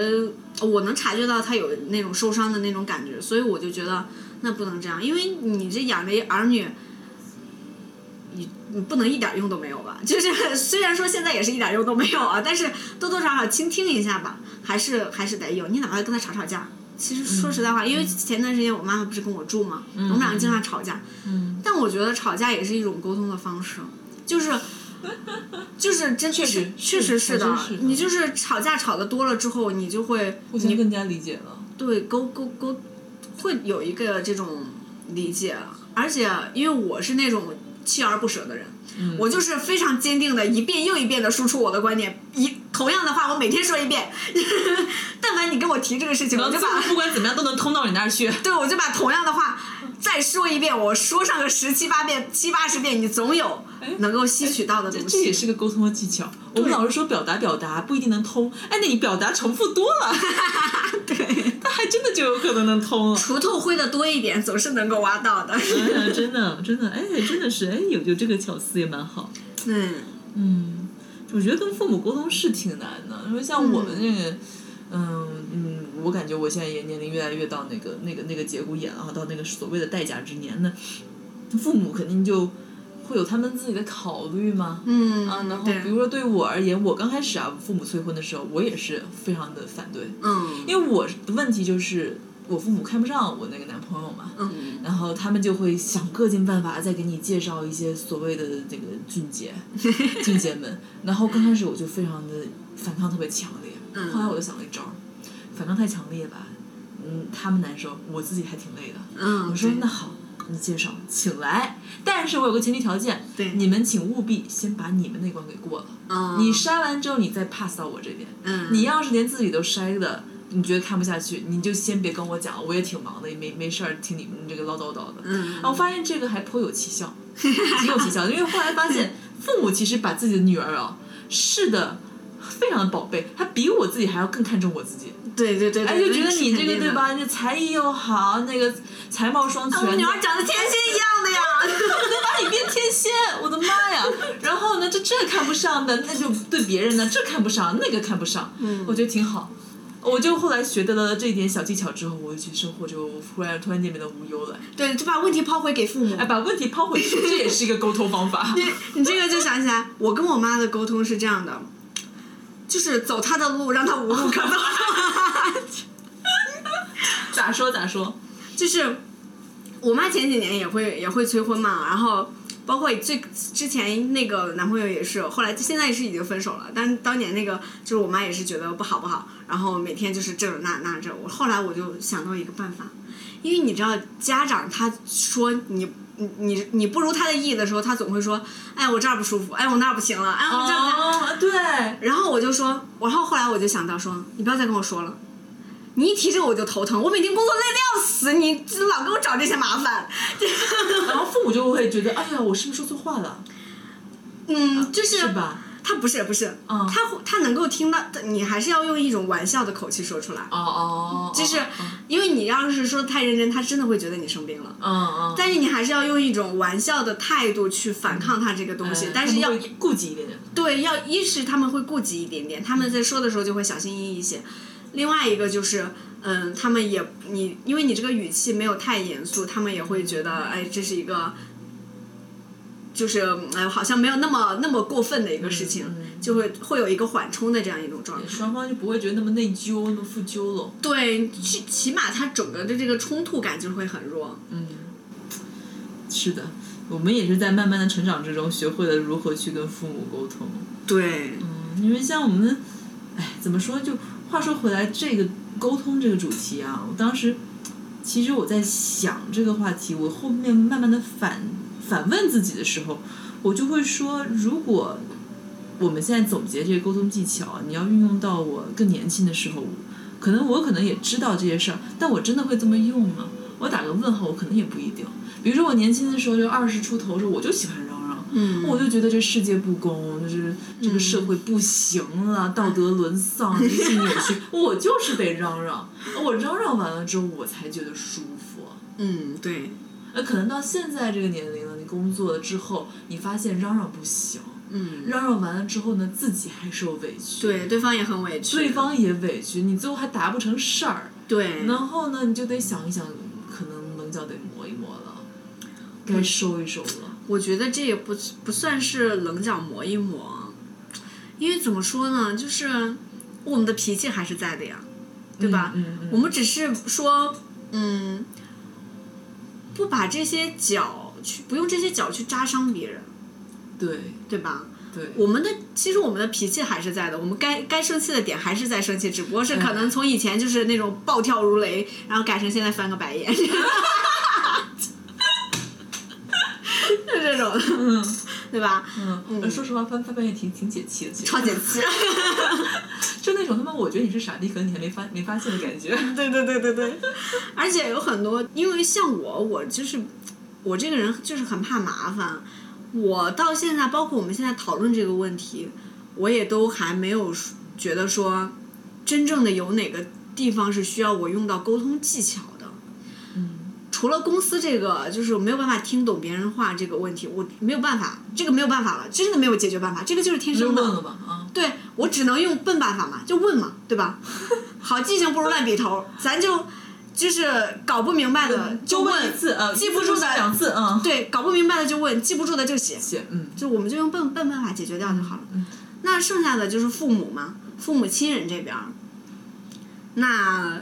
Speaker 2: 我能察觉到他有那种受伤的那种感觉，所以我就觉得那不能这样，因为你这养着一儿女，你你不能一点用都没有吧？ [LAUGHS] 就是虽然说现在也是一点用都没有啊，但是多多少少倾听一下吧，还是还是得有。你哪怕跟他吵吵架，其实说实在话，因为前段时间我妈妈不是跟我住嘛，我们两个经常吵架，
Speaker 3: 嗯，
Speaker 2: 但我觉得吵架也是一种沟通的方式，就是。就是真确
Speaker 3: 实
Speaker 2: 确
Speaker 3: 是
Speaker 2: 实是的
Speaker 3: 还真是，的
Speaker 2: 你就是吵架吵得多了之后，你就会
Speaker 3: 互相更加理解了。
Speaker 2: 对沟沟沟会有一个这种理解，而且因为我是那种
Speaker 3: 嗯
Speaker 2: 锲而不舍的人，我就是非常坚定的一遍又一遍的输出我的观点，一同样的话，我每天说一遍。 [LAUGHS] 但凡你跟我提这个事情，我
Speaker 3: 然后
Speaker 2: 就
Speaker 3: 最
Speaker 2: 把
Speaker 3: 后不管怎么样都能通到你那儿
Speaker 2: [LAUGHS]
Speaker 3: 去。
Speaker 2: 对，我就把同样的话再说一遍，我说上个十七八遍、七八十遍，你总有能够吸取到的
Speaker 3: 哎这
Speaker 2: 东
Speaker 3: 这也
Speaker 2: 西。
Speaker 3: 是个沟通的技巧。我们老是说表达表达不一定能通，哎，那你表达重复多
Speaker 2: [LAUGHS]
Speaker 3: 了，
Speaker 2: 对，
Speaker 3: 那还真的就有可能能通了。
Speaker 2: 锄头挥的多一点，总是能够挖到的。
Speaker 3: 嗯 [LAUGHS] 真的，真的，哎，真的是，哎，有有这个巧思也蛮好。
Speaker 2: 嗯，
Speaker 3: 嗯，我觉得跟父母沟通是挺难的，因为像我们这个，嗯嗯，我感觉我现在也年龄越来越到那个那个那个节骨眼了，到那个所谓的代价之年呢，父母肯定就会有他们自己的考虑嘛。
Speaker 2: 嗯
Speaker 3: 啊，然后
Speaker 2: 对
Speaker 3: 比如说对我而言，我刚开始啊，父母催婚的时候，我也是非常的反对，
Speaker 2: 嗯，
Speaker 3: 因为我的问题就是我父母看不上我那个男朋友嘛，
Speaker 2: 嗯
Speaker 3: 然后他们就会想各尽办法再给你介绍一些所谓的这个
Speaker 2: [LAUGHS]
Speaker 3: 俊杰、俊杰们。然后刚开始我就非常的反抗特别强烈，
Speaker 2: 嗯
Speaker 3: 后来我就想了一招儿，反抗太强烈吧，嗯，他们难受，我自己还挺累的。
Speaker 2: 嗯，
Speaker 3: 我说
Speaker 2: 对
Speaker 3: 那好，你介绍，请来，但是我有个前提条件，
Speaker 2: 对
Speaker 3: 你们请务必先把你们那关给过了。
Speaker 2: 嗯
Speaker 3: 你筛完之后，你再 pass 到我这边。
Speaker 2: 嗯
Speaker 3: 你要是连自己都筛的，你觉得看不下去，你就先别跟我讲了，我也挺忙的，也没没事儿听你们这个唠叨叨的。
Speaker 2: 嗯
Speaker 3: 然后我发现这个还颇有
Speaker 2: [LAUGHS]
Speaker 3: 奇效，极有奇效，因为后来发现父母其实把自己的女儿啊视的非常的宝贝，还比我自己还要更看重我自己。
Speaker 2: 对对对，
Speaker 3: 哎，
Speaker 2: 对
Speaker 3: 就觉得你这个
Speaker 2: 是
Speaker 3: 对？
Speaker 2: 肯定的啊
Speaker 3: 吧？你才艺又好，那个才貌双全，
Speaker 2: 我女儿长得天仙一样的呀。
Speaker 3: 能把你变天仙，我的妈呀！然后呢，这这看不上的，那就对别人呢，这看不上，那个看不上，
Speaker 2: 嗯
Speaker 3: 我觉得挺好。我就后来学得了这一点小技巧之后，我就觉得生活就突然突然间变得无忧了。
Speaker 2: [LAUGHS] 对，就把问题抛回给父母
Speaker 3: 哎，。把问题抛回去，这也是一个沟通方 [LAUGHS] 法。
Speaker 2: 你 [LAUGHS] 你这个就想起来，我跟我妈的沟通是这样的，就是走她的路，让她无路可走。 [LAUGHS]
Speaker 3: 咋说咋说？
Speaker 2: 就是我妈前几年也会也会催婚嘛，然后包括最之前那个男朋友也是，后来现在是已经分手了，但当年那个就是我妈也是觉得不好不好，然后每天就是这那那这，我后来我就想到一个办法，因为你知道家长他说你。你你你不如他的意的时候，他总会说，哎，我这儿不舒服，哎，我那儿不行了，哎，我这儿不太
Speaker 3: 哦，对，
Speaker 2: 然后我就说，然后后来我就想到说，你不要再跟我说了，你一提这个我就头疼，我每天工作累得要死，你老给我找这些麻
Speaker 3: [LAUGHS]
Speaker 2: 烦。
Speaker 3: 然后父母就会觉得，哎呀，我是不是说错话了？
Speaker 2: 嗯，就是
Speaker 3: 是吧？
Speaker 2: 他不是不是，
Speaker 3: 嗯
Speaker 2: 他会他能够听到，你还是要用一种玩笑的口气说出来，
Speaker 3: 哦哦，
Speaker 2: 就是因为你要是说太认真，他真的会觉得你生病了。
Speaker 3: 嗯嗯，
Speaker 2: 但是你还是要用一种玩笑的态度去反抗他这个东西，
Speaker 3: 嗯
Speaker 2: 但是要
Speaker 3: 顾及一点点。
Speaker 2: 对，要一是他们会顾及一点点，他们在说的时候就会小心翼翼一些；另外一个就是，嗯，他们也你因为你这个语气没有太严肃，他们也会觉得，哎，这是一个，就是哎，好像没有那么那么过分的一个事情，就会会有一个缓冲的这样一种状态。
Speaker 3: 双方就不会觉得那么内疚、那么负疚了。
Speaker 2: 对，起起码他整个的这个冲突感就会很弱。
Speaker 3: 嗯是的，我们也是在慢慢的成长之中，学会了如何去跟父母沟通。
Speaker 2: 对，
Speaker 3: 嗯，因为像我们，哎，怎么说？就话说回来，这个沟通这个主题啊，我当时其实我在想这个话题，我后面慢慢的反反问自己的时候，我就会说，如果我们现在总结这些沟通技巧啊，你要运用到我更年轻的时候，可能我可能也知道这些事儿，但我真的会这么用吗？我打个问号，我可能也不一定。比如说我年轻的时候，就二十出头的时候，我就喜欢嚷嚷，
Speaker 2: 嗯
Speaker 3: 我就觉得这世界不公，就是这个社会不行了，道德沦丧，人性扭
Speaker 2: [LAUGHS]
Speaker 3: 曲，我就是得嚷嚷。我嚷嚷完了之后，我才觉得舒服。
Speaker 2: 嗯，对，
Speaker 3: 呃，可能到现在这个年龄了，你工作了之后，你发现嚷嚷不行，
Speaker 2: 嗯，
Speaker 3: 嚷嚷完了之后呢，自己还受委屈，
Speaker 2: 对，对方也很委屈，
Speaker 3: 对方也委屈，你最后还达不成事儿，
Speaker 2: 对，
Speaker 3: 然后呢，你就得想一想，可能棱角得磨一磨了，该收一收了。
Speaker 2: 我觉得这也不不算是棱角磨一磨，啊因为怎么说呢，就是我们的脾气还是在的呀，对吧？
Speaker 3: 嗯嗯嗯
Speaker 2: 我们只是说，嗯，不把这些角去，不用这些角去扎伤别人，
Speaker 3: 对
Speaker 2: 对吧？
Speaker 3: 对，
Speaker 2: 我们的其实我们的脾气还是在的，我们该该生气的点还是在生气，只不过是可能从以前就是那种暴跳如雷，然后改成现在翻个白眼， [LAUGHS] 是这种。对吧？
Speaker 3: 嗯，说实话，翻翻翻也挺挺解气的，其实
Speaker 2: 超解气。
Speaker 3: 就那种他妈我觉得你是傻逼，可能你还没发没发现的
Speaker 2: [LAUGHS]
Speaker 3: 感觉。
Speaker 2: [LAUGHS] 对对对对对，而且有很多，因为像我，我就是我这个人就是很怕麻烦。我到现在，包括我们现在讨论这个问题，我也都还没有说觉得说真正的有哪个地方是需要我用到沟通技巧的。除了公司这个就是没有办法听懂别人话这个问题，我没有办法，这个没有办法了，真的没有解决办法，这个就是天
Speaker 3: 就
Speaker 2: 生的。
Speaker 3: 问了吧啊，
Speaker 2: 对我只能用笨办法嘛，就问嘛，对吧？好记性不如烂笔头，咱就就是搞不明白的就
Speaker 3: 问一次啊，
Speaker 2: 记不住的
Speaker 3: 两次啊，
Speaker 2: 对，搞不明白的就问，记不住的就写，
Speaker 3: 写嗯
Speaker 2: 就我们就用笨笨办法解决掉就好了。
Speaker 3: 嗯
Speaker 2: 那剩下的就是父母嘛，父母亲人这边儿，那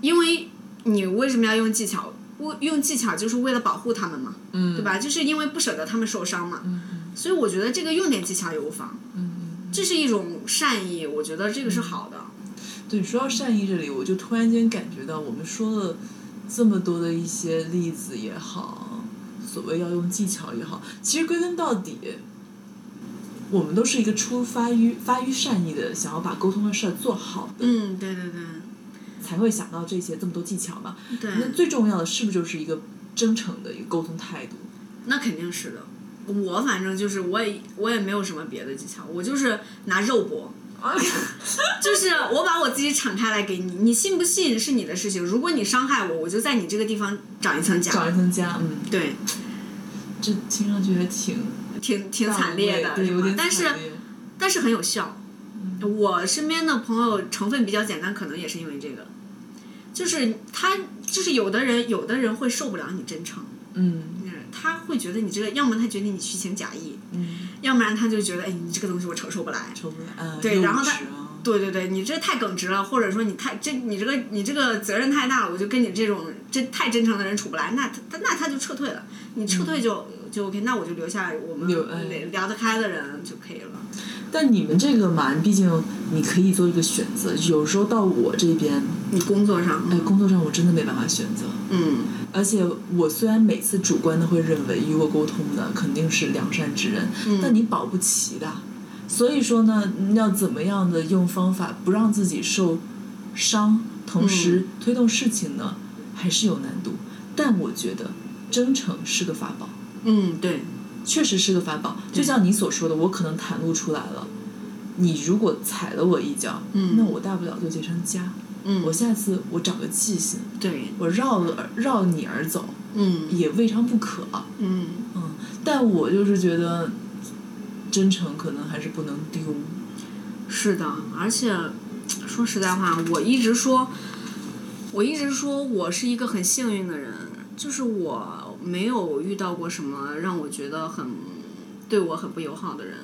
Speaker 2: 因为你为什么要用技巧？我用技巧就是为了保护他们嘛，
Speaker 3: 嗯，
Speaker 2: 对吧？就是因为不舍得他们受伤嘛，
Speaker 3: 嗯？嗯
Speaker 2: 所以我觉得这个用点技巧也无妨。
Speaker 3: 嗯嗯，
Speaker 2: 这是一种善意，我觉得这个是好的。
Speaker 3: 对，说到善意这里，我就突然间感觉到，我们说了这么多的一些例子也好，所谓要用技巧也好，其实归根到底，我们都是一个出发于发于善意的，想要把沟通的事儿做好的，
Speaker 2: 嗯，对对对
Speaker 3: 才会想到这些这么多技巧嘛。那
Speaker 2: 对，
Speaker 3: 最重要的是不是就是一个真诚的一个沟通态度？
Speaker 2: 那肯定是的。我反正就是我也我也没有什么别的技巧，我就是拿肉搏，
Speaker 3: [LAUGHS]
Speaker 2: 就是我把我自己敞开来给你，你信不信是你的事情。如果你伤害我，我就在你这个地方长一层
Speaker 3: 找一
Speaker 2: 痂。
Speaker 3: 层家，嗯，
Speaker 2: 对，
Speaker 3: 这听上去还挺
Speaker 2: 挺挺
Speaker 3: 挺
Speaker 2: 惨烈的，
Speaker 3: 对，
Speaker 2: 是吧
Speaker 3: 有点
Speaker 2: 但是
Speaker 3: 惨烈嗯
Speaker 2: 但是很有效。我身边的朋友成分比较简单，可能也是因为这个，就是他就是有的人有的人会受不了你真诚。
Speaker 3: 嗯
Speaker 2: 嗯他会觉得你这个，要么他觉得你虚情假意，
Speaker 3: 嗯，
Speaker 2: 要不然他就觉得，哎，你这个东西我承受不来。
Speaker 3: 抽不来，呃
Speaker 2: 对
Speaker 3: 幼
Speaker 2: 然后他
Speaker 3: 稚啊
Speaker 2: 对对对，你这太耿直了，或者说你太这你这个你这个责任太大了，我就跟你这种这太真诚的人处不来，那他他那他就撤退了，你撤退就、就 OK，那我就留下来我们
Speaker 3: 嗯留哎
Speaker 2: 聊聊得开的人就可以了。
Speaker 3: 但你们这个嘛，毕竟你可以做一个选择。有时候到我这边，
Speaker 2: 你工作上，
Speaker 3: 哎，工作上我真的没办法选择。
Speaker 2: 嗯
Speaker 3: 而且我虽然每次主观的会认为与我沟通的肯定是良善之人，
Speaker 2: 嗯
Speaker 3: 但你保不齐的。所以说呢，要怎么样的用方法不让自己受伤，同
Speaker 2: 嗯
Speaker 3: 时推动事情呢，还是有难度。但我觉得真诚是个法宝。
Speaker 2: 嗯，对，
Speaker 3: 确实是个法宝。就像你所说的，我可能袒露出来了，你如果踩了我一脚，
Speaker 2: 嗯
Speaker 3: 那我大不了就结成痂。
Speaker 2: 嗯，
Speaker 3: 我下次我长个记性，
Speaker 2: 对，
Speaker 3: 我绕了而绕你而走
Speaker 2: 嗯
Speaker 3: 也未尝不可。
Speaker 2: 嗯，
Speaker 3: 嗯，但我就是觉得，真诚可能还是不能丢。
Speaker 2: 是的，而且说实在话，我一直说，我一直说我是一个很幸运的人，就是我没有遇到过什么让我觉得很对我很不友好的人。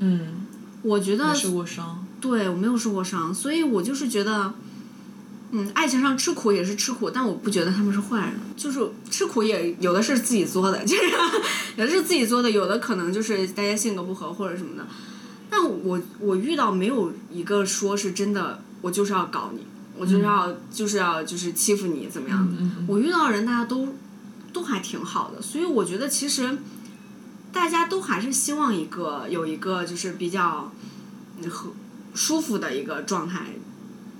Speaker 3: 嗯，
Speaker 2: 我觉
Speaker 3: 没
Speaker 2: 得
Speaker 3: 受过伤。
Speaker 2: 对我没有受过伤，所以我就是觉得，嗯，爱情上吃苦也是吃苦，但我不觉得他们是坏人，就是吃苦也有的是自己作的，就是 [LAUGHS] 有的是自己作的，有的可能就是大家性格不合或者什么的。但我我遇到没有一个说是真的，我就是要搞你，我就是要、就是要就是欺负你怎么样的。
Speaker 3: 嗯嗯
Speaker 2: 我遇到的人大家都都还挺好的，所以我觉得其实大家都还是希望一个有一个就是比较嗯和舒服的一个状态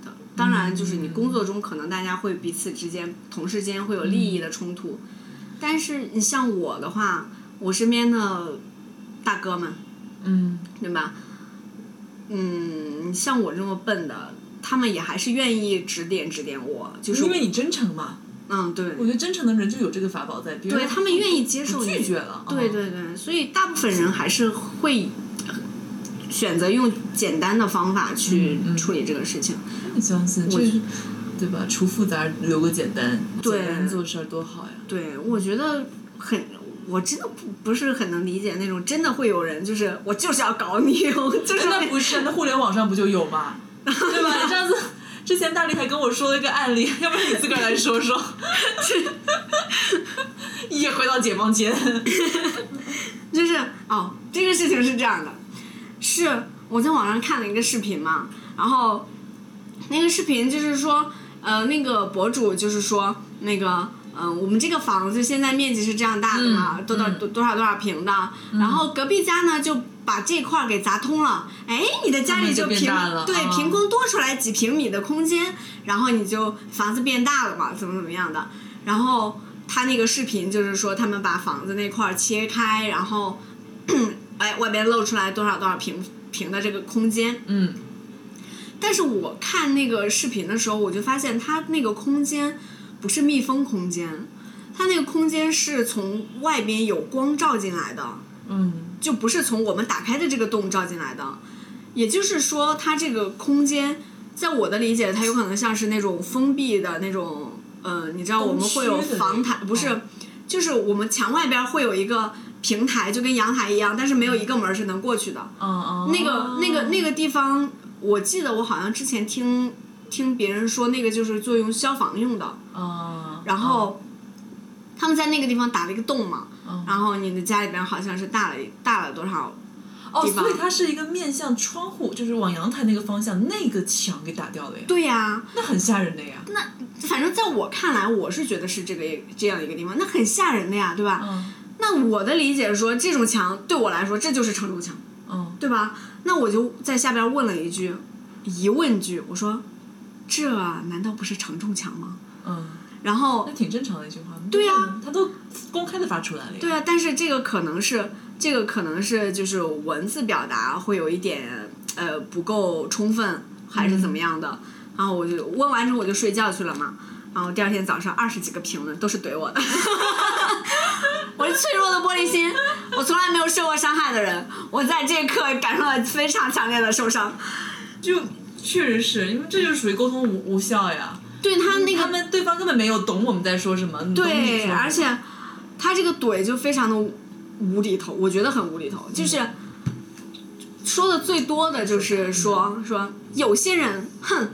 Speaker 2: 的。当然，就是
Speaker 3: 嗯
Speaker 2: 你工作中可能大家会彼此之间、同事间会有利益的冲突，但是你像我的话，我身边的大哥们，
Speaker 3: 嗯
Speaker 2: 对吧？嗯，像我这么笨的，他们也还是愿意指点指点我，就是
Speaker 3: 因为你真诚嘛，
Speaker 2: 嗯，对，
Speaker 3: 我觉得真诚的人就有这个法宝在，别人
Speaker 2: 对他们愿意接受你
Speaker 3: 嗯拒绝了。
Speaker 2: 对对对，所以大部分人还是会选择用简单的方法去
Speaker 3: 嗯嗯
Speaker 2: 处理这个事情。
Speaker 3: 你相信
Speaker 2: 我
Speaker 3: 这是对吧？除复杂留个简单，
Speaker 2: 对
Speaker 3: 简单做事儿多好呀。
Speaker 2: 对，我觉得很，我真的不不是很能理解那种真的会有人就是我就是要搞你， [LAUGHS] 我就是要
Speaker 3: 哎那不是，那互联网上不就有
Speaker 2: [LAUGHS]
Speaker 3: 吗？对吧？你上次之前大力还跟我说了一个案例，要不然你自个儿来
Speaker 2: [LAUGHS]
Speaker 3: 说说。一夜回到解放前，
Speaker 2: 就是哦，这个事情是这样的，是我在网上看了一个视频嘛，然后那个视频就是说，呃，那个博主就是说那个。嗯、嗯，我们这个房子现在面积是这样大的嘛，
Speaker 4: 嗯
Speaker 2: 多少多多少多少平的，然后隔壁家呢就把这块儿给砸通了，哎，你的家
Speaker 4: 他
Speaker 2: 里
Speaker 4: 们就变
Speaker 2: 凭
Speaker 4: 大了
Speaker 2: 对
Speaker 4: 啊
Speaker 2: 凭空多出来几平米的空间，然后你就房子变大了嘛，怎么怎么样的，然后他那个视频就是说他们把房子那块儿切开，然后 [CLEARS THROAT] 哎外边露出来多少多少平平的这个空间，
Speaker 4: 嗯，
Speaker 2: 但是我看那个视频的时候，我就发现它那个空间不是密封空间，它那个空间是从外边有光照进来的，
Speaker 4: 嗯，
Speaker 2: 就不是从我们打开的这个洞照进来的。也就是说，它这个空间，在我的理解，它有可能像是那种封闭的那种，呃，你知道我们会有
Speaker 3: 公区的那种
Speaker 2: 房台，不是
Speaker 4: 嗯，
Speaker 2: 就是我们墙外边会有一个平台，就跟阳台一样，但是没有一个门是能过去的。
Speaker 4: 哦哦，
Speaker 2: 那个那个那个地方，我记得我好像之前听听别人说，那个就是作用消防用的。
Speaker 4: 哦，
Speaker 2: 然后他们在那个地方打了一个洞嘛，
Speaker 4: 嗯
Speaker 2: 然后你的家里边好像是大了一大了多少？
Speaker 3: 哦，
Speaker 2: 地方
Speaker 3: 所以它是一个面向窗户，就是往阳台那个方向那个墙给打掉的呀，
Speaker 2: 对呀、
Speaker 3: 那很吓人的呀。
Speaker 2: 反正在我看来，我是觉得是这个这样一个地方，那很吓人的呀，对吧？
Speaker 4: 嗯
Speaker 2: 那我的理解是说，这种墙对我来说，这就是承重墙，
Speaker 4: 嗯，
Speaker 2: 对吧？那我就在下边问了一句疑问句，我说：“这难道不是承重墙吗
Speaker 4: 嗯，？”
Speaker 2: 然后
Speaker 3: 那挺正常的一句话。
Speaker 2: 对呀
Speaker 3: 啊，他都公开的发出来了呀。
Speaker 2: 对啊，但是这个可能是这个可能是就是文字表达会有一点呃不够充分，还是怎
Speaker 3: 嗯
Speaker 2: 么样的。然后我就问完之后我就睡觉去了嘛。然后第二天早上二十几个评论都是怼我的， [LAUGHS] 我是脆弱的玻璃心，我从来没有受过伤害的人，我在这一刻感受到非常强烈的受伤。
Speaker 3: 就确实是因为这就属于沟通无无效呀。
Speaker 2: 对他那个
Speaker 3: 嗯他们对方根本没有懂我们在说什么，你懂你说
Speaker 2: 对，
Speaker 3: 什么
Speaker 2: 而且他这个怼就非常的无厘头，我觉得很无厘头，就是。说的最多的就是说说有些人，哼，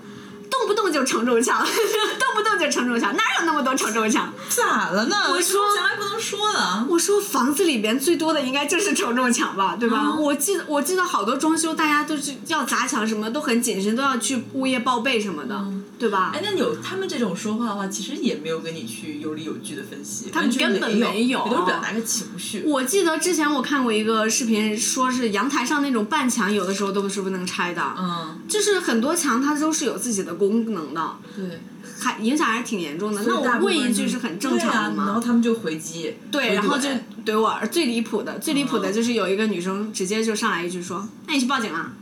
Speaker 2: 动不动就承重墙， [LAUGHS] 动不动就承重墙，哪有那么多承重墙？
Speaker 3: 咋了呢？
Speaker 2: 我说
Speaker 3: 从来不能说的。
Speaker 2: 我说房子里边最多的应该就是承重墙吧，对吧？我记得我记得好多装修，大家都是要砸墙，什么都很谨慎，都要去物业报备什么的，对吧？
Speaker 3: 哎，那有他们这种说话的话，其实也没有跟你去有理有据的分析，
Speaker 2: 他们
Speaker 3: 完全
Speaker 2: 根本没
Speaker 3: 没
Speaker 2: 有
Speaker 3: 也都是表达个情绪。
Speaker 2: 我记得之前我看过一个视频，说是阳台上那种半墙，有的时候都是不能拆的。
Speaker 3: 嗯，
Speaker 2: 就是很多墙它都是有自己的功能的，
Speaker 3: 对。
Speaker 2: 还影响还是挺严重的。那
Speaker 3: 大
Speaker 2: 我
Speaker 3: 部分
Speaker 2: 问一
Speaker 3: 人
Speaker 2: 句是很正常的
Speaker 3: 对啊然后
Speaker 2: 嘛？
Speaker 3: 他们就回击，
Speaker 2: 对，
Speaker 3: 回
Speaker 2: 然后
Speaker 3: 怼
Speaker 2: 就怼我。而最离谱的，最离谱
Speaker 3: 嗯
Speaker 2: 的就是有一个女生直接就上来一句说：“那你去报警啊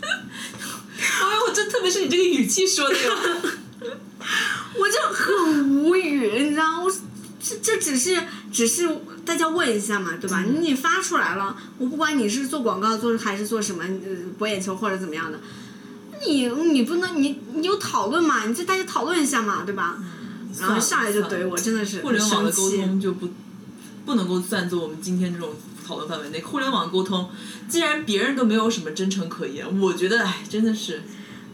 Speaker 3: 哎呦，这特别是你这个语气说的 [LAUGHS] 哟，！”
Speaker 2: 我就很无语，你知道吗，我这这只是只是大家问一下嘛，对吧？
Speaker 3: 嗯
Speaker 2: 你发出来了，我不管你是做广告做还是做什么呃博眼球或者怎么样的，你你不能你你有讨论嘛？你就大家讨论一下嘛，对吧？
Speaker 3: 嗯
Speaker 2: 然后上来就怼我，真的是
Speaker 3: [LAUGHS] 互联网的
Speaker 2: 很
Speaker 3: 沟
Speaker 2: 生气
Speaker 3: 通就不不能够算作我们今天这种讨论范围内。互联网沟通，既然别人都没有什么真诚可言，我觉得哎，真的是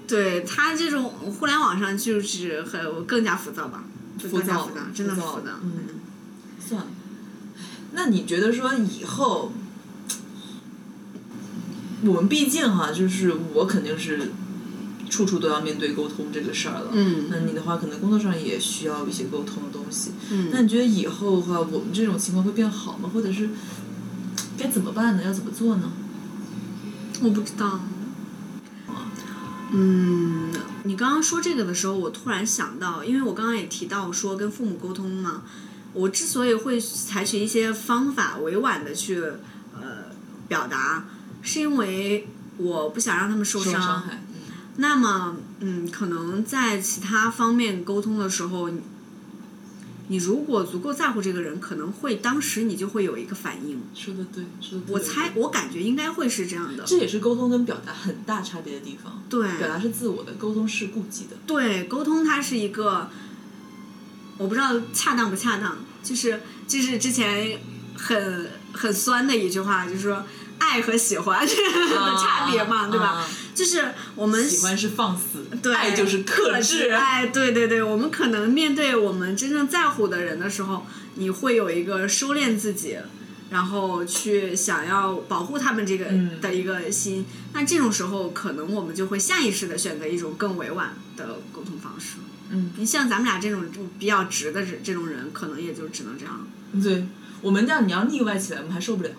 Speaker 2: 对他这种互联网上就是很更加浮躁吧，就
Speaker 3: 浮
Speaker 2: 更加
Speaker 3: 躁
Speaker 2: 浮躁，，真的
Speaker 3: 浮
Speaker 2: 浮
Speaker 3: 躁
Speaker 2: 躁。
Speaker 3: 嗯，算了。那你觉得说以后，我们毕竟哈，就是我肯定是处处都要面对沟通这个事儿了。
Speaker 2: 嗯
Speaker 3: 那你的话，可能工作上也需要一些沟通的东西。那
Speaker 2: 嗯，
Speaker 3: 你觉得以后的话，我们这种情况会变好吗？或者是该怎么办呢？要怎么做呢？
Speaker 2: 我不知道。嗯，你刚刚说这个的时候，我突然想到，因为我刚刚也提到说跟父母沟通嘛，我之所以会采取一些方法委婉的去呃表达，是因为我不想让他们受
Speaker 3: 受到
Speaker 2: 伤。
Speaker 3: 伤哎害，
Speaker 2: 那么，嗯，可能在其他方面沟通的时候，你你如果足够在乎这个人，可能会当时你就会有一个反应。
Speaker 3: 说的对，说的对。
Speaker 2: 我猜，我感觉应该会是这样的。
Speaker 3: 这也是沟通跟表达很大差别的地方。
Speaker 2: 对
Speaker 3: 表达是自我的，沟通是顾及的。
Speaker 2: 对，沟通它是一个，我不知道恰当不恰当，就是就是之前很很酸的一句话，就是说爱和喜欢 [LAUGHS] 的差别嘛，对吧？
Speaker 3: 啊
Speaker 2: 就是我们
Speaker 3: 喜欢是放肆，
Speaker 2: 对，
Speaker 3: 爱就是克
Speaker 2: 制。哎，对对对，我们可能面对我们真正在乎的人的时候，你会有一个收敛自己，然后去想要保护他们这个
Speaker 3: 嗯
Speaker 2: 的一个心。那这种时候，可能我们就会下意识的选择一种更委婉的沟通方式。
Speaker 5: 嗯，
Speaker 2: 你像咱们俩这种比较直的这这种人，可能也就只能这样。
Speaker 3: 对我们这样，你要腻歪起来，我们还受不了。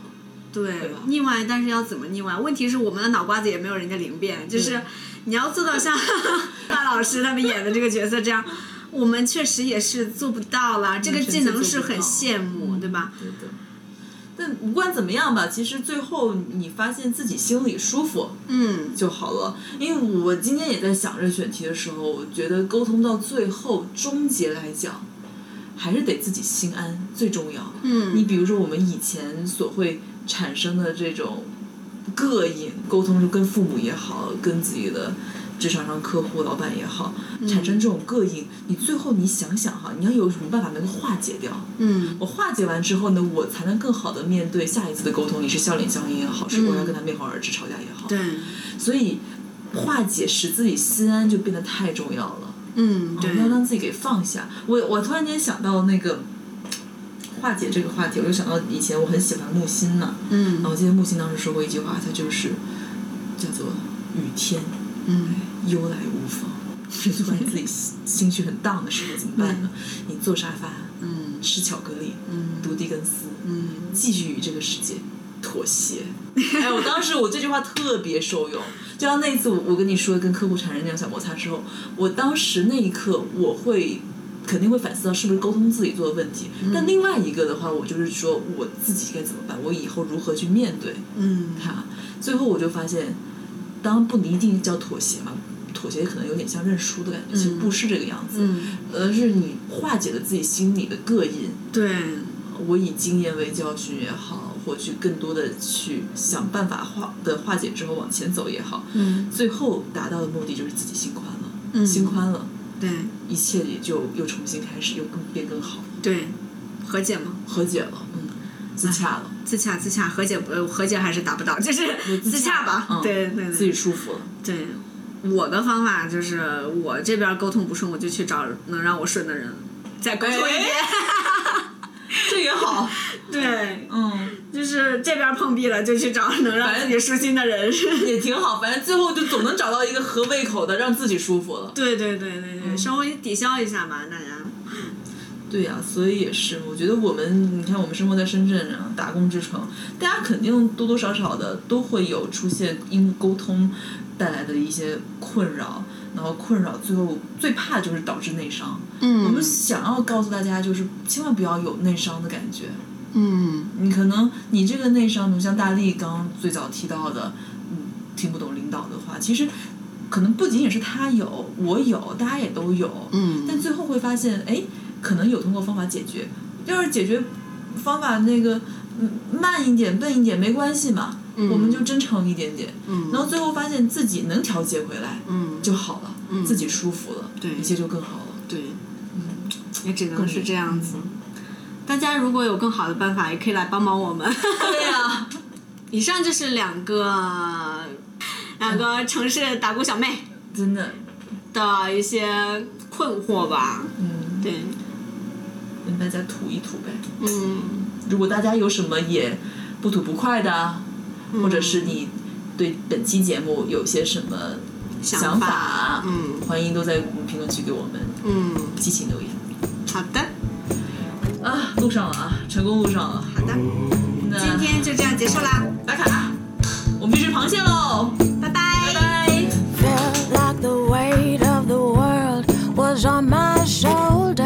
Speaker 2: 对
Speaker 3: 吧，
Speaker 2: 腻歪，但是要怎么腻歪？问题是我们的脑瓜子也没有人家灵便，
Speaker 3: 嗯
Speaker 2: 就是你要做到像 [LAUGHS] 大老师他们演的这个角色这样，我们确实也是做不到啦。这个技能是很羡慕，
Speaker 3: 嗯
Speaker 2: 对吧？
Speaker 3: 对的。但不管怎么样吧，其实最后你发现自己心里舒服
Speaker 2: 嗯，
Speaker 3: 就好了。因为我今天也在想这选题的时候，我觉得沟通到最后终结来讲，还是得自己心安最重要。
Speaker 2: 嗯
Speaker 3: 你比如说我们以前所会产生的这种膈应，沟通是跟父母也好，跟自己的职场上客户、老板也好，产生这种膈应，你最后你想想哈，你要有什么办法能够化解掉？
Speaker 2: 嗯
Speaker 3: 我化解完之后呢，我才能更好的面对下一次的沟通。你是笑脸相迎也好，是我要跟他面红耳赤吵架也好，
Speaker 2: 对，
Speaker 3: 所以化解使自己心安就变得太重要了。
Speaker 2: 嗯
Speaker 3: 我
Speaker 2: 对，
Speaker 3: 哦们要让自己给放下。我我突然间想到那个化解这个话题，我就想到以前我很喜欢木心嘛，然
Speaker 2: 嗯
Speaker 3: 后我记得木心当时说过一句话，他就是叫做“雨天
Speaker 2: 嗯
Speaker 3: 忧来无妨”， [LAUGHS] 就是万一自己心心绪很 down 的时候怎么办呢？你坐沙发
Speaker 2: 嗯
Speaker 3: 吃巧克力，
Speaker 2: 嗯
Speaker 3: 读狄更斯，
Speaker 2: 嗯，
Speaker 3: 继续与这个世界妥协。 [LAUGHS] 哎，我当时我这句话特别受用，就像那一次我我跟你说跟客户产生那种小摩擦之后，我当时那一刻我会肯定会反思到是不是沟通自己做的问题，但另外一个的话，我就是说我自己该怎么办，我以后如何去面对
Speaker 2: 嗯
Speaker 3: 它。最后我就发现，当然不一定叫妥协嘛，妥协可能有点像认输的感觉，其实不是这个样子，
Speaker 2: 嗯，
Speaker 3: 而是你化解了自己心里的膈应，
Speaker 2: 对，
Speaker 3: 我以经验为教训也好，或去更多的去想办法化的化解之后往前走也好，
Speaker 2: 嗯
Speaker 3: 最后达到的目的就是自己心宽了，
Speaker 2: 嗯
Speaker 3: 心宽了，
Speaker 2: 对
Speaker 3: 一切也就又重新开始，又更变更好，
Speaker 2: 对，和解嘛，
Speaker 3: 和解了，嗯，自洽
Speaker 2: [LAUGHS]
Speaker 3: 了，
Speaker 2: 自洽自洽，和解不呃和解还是达不到，就是
Speaker 3: 自洽
Speaker 2: 自洽吧，
Speaker 3: 嗯
Speaker 2: 对对
Speaker 3: 自己
Speaker 2: 对
Speaker 3: 舒服了，
Speaker 2: 对。嗯我的方法就是，我这边沟通不顺，我就去找能让我顺的人再沟通一遍。
Speaker 3: 这也好，
Speaker 2: [LAUGHS] 对，
Speaker 3: 嗯，
Speaker 2: [LAUGHS] 就是这边碰壁了，就去找能让自己舒心的人。 [LAUGHS]
Speaker 3: 也挺好，反正最后就总能找到一个合胃口的，让自己舒服了。
Speaker 2: 对对对对对，稍微抵消一下吧，大家。
Speaker 3: 对呀、所以也是，我觉得我们，你看我们生活在深圳啊，打工之城，大家肯定多多少少的都会有出现因为沟通带来的一些困扰，然后困扰最后最怕就是导致内伤。我
Speaker 2: 嗯
Speaker 3: 们想要告诉大家，就是千万不要有内伤的感觉。
Speaker 2: 嗯
Speaker 3: 你可能你这个内伤，就像大力刚刚最早提到的，嗯，听不懂领导的话，其实可能不仅仅是他有，我有，大家也都有。
Speaker 2: 嗯
Speaker 3: 但最后会发现，哎，可能有通过方法解决。要是解决方法那个嗯慢一点、笨一点没关系嘛，我们就真诚一点点，
Speaker 2: 嗯
Speaker 3: 然后最后发现自己能调节回来
Speaker 2: 嗯，
Speaker 3: 就好了，
Speaker 2: 嗯
Speaker 3: 自己舒服了，
Speaker 2: 对
Speaker 3: 一切就更好了。
Speaker 2: 对，嗯也只能是这样子。大家如果有更好的办法，也可以来帮帮我们。 [LAUGHS]
Speaker 3: 对啊呀、
Speaker 2: 以上就是两个两个城市打工小妹
Speaker 3: 真的，
Speaker 2: 的一些困惑吧。
Speaker 3: 嗯，
Speaker 2: 对，
Speaker 3: 跟大家吐一吐呗。
Speaker 2: 嗯，
Speaker 3: 如果大家有什么也不吐不快的啊，
Speaker 2: 嗯
Speaker 3: 或者是你对本期节目有些什么想
Speaker 2: 想法嗯
Speaker 3: 欢迎都在评论区给我们
Speaker 2: 嗯，
Speaker 3: 激情留言。
Speaker 2: 好的，
Speaker 3: 啊，路上了啊，成功路上了。
Speaker 2: 好的，
Speaker 3: 那
Speaker 2: 今天就这样结束啦，
Speaker 3: 打卡，啊我们去吃螃蟹喽，
Speaker 2: 拜拜
Speaker 3: 拜拜。
Speaker 6: felt like the weight of the world was on my shoulders.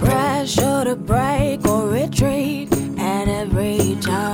Speaker 6: Pressure to break or retreat at every turn. uh, um, Oh,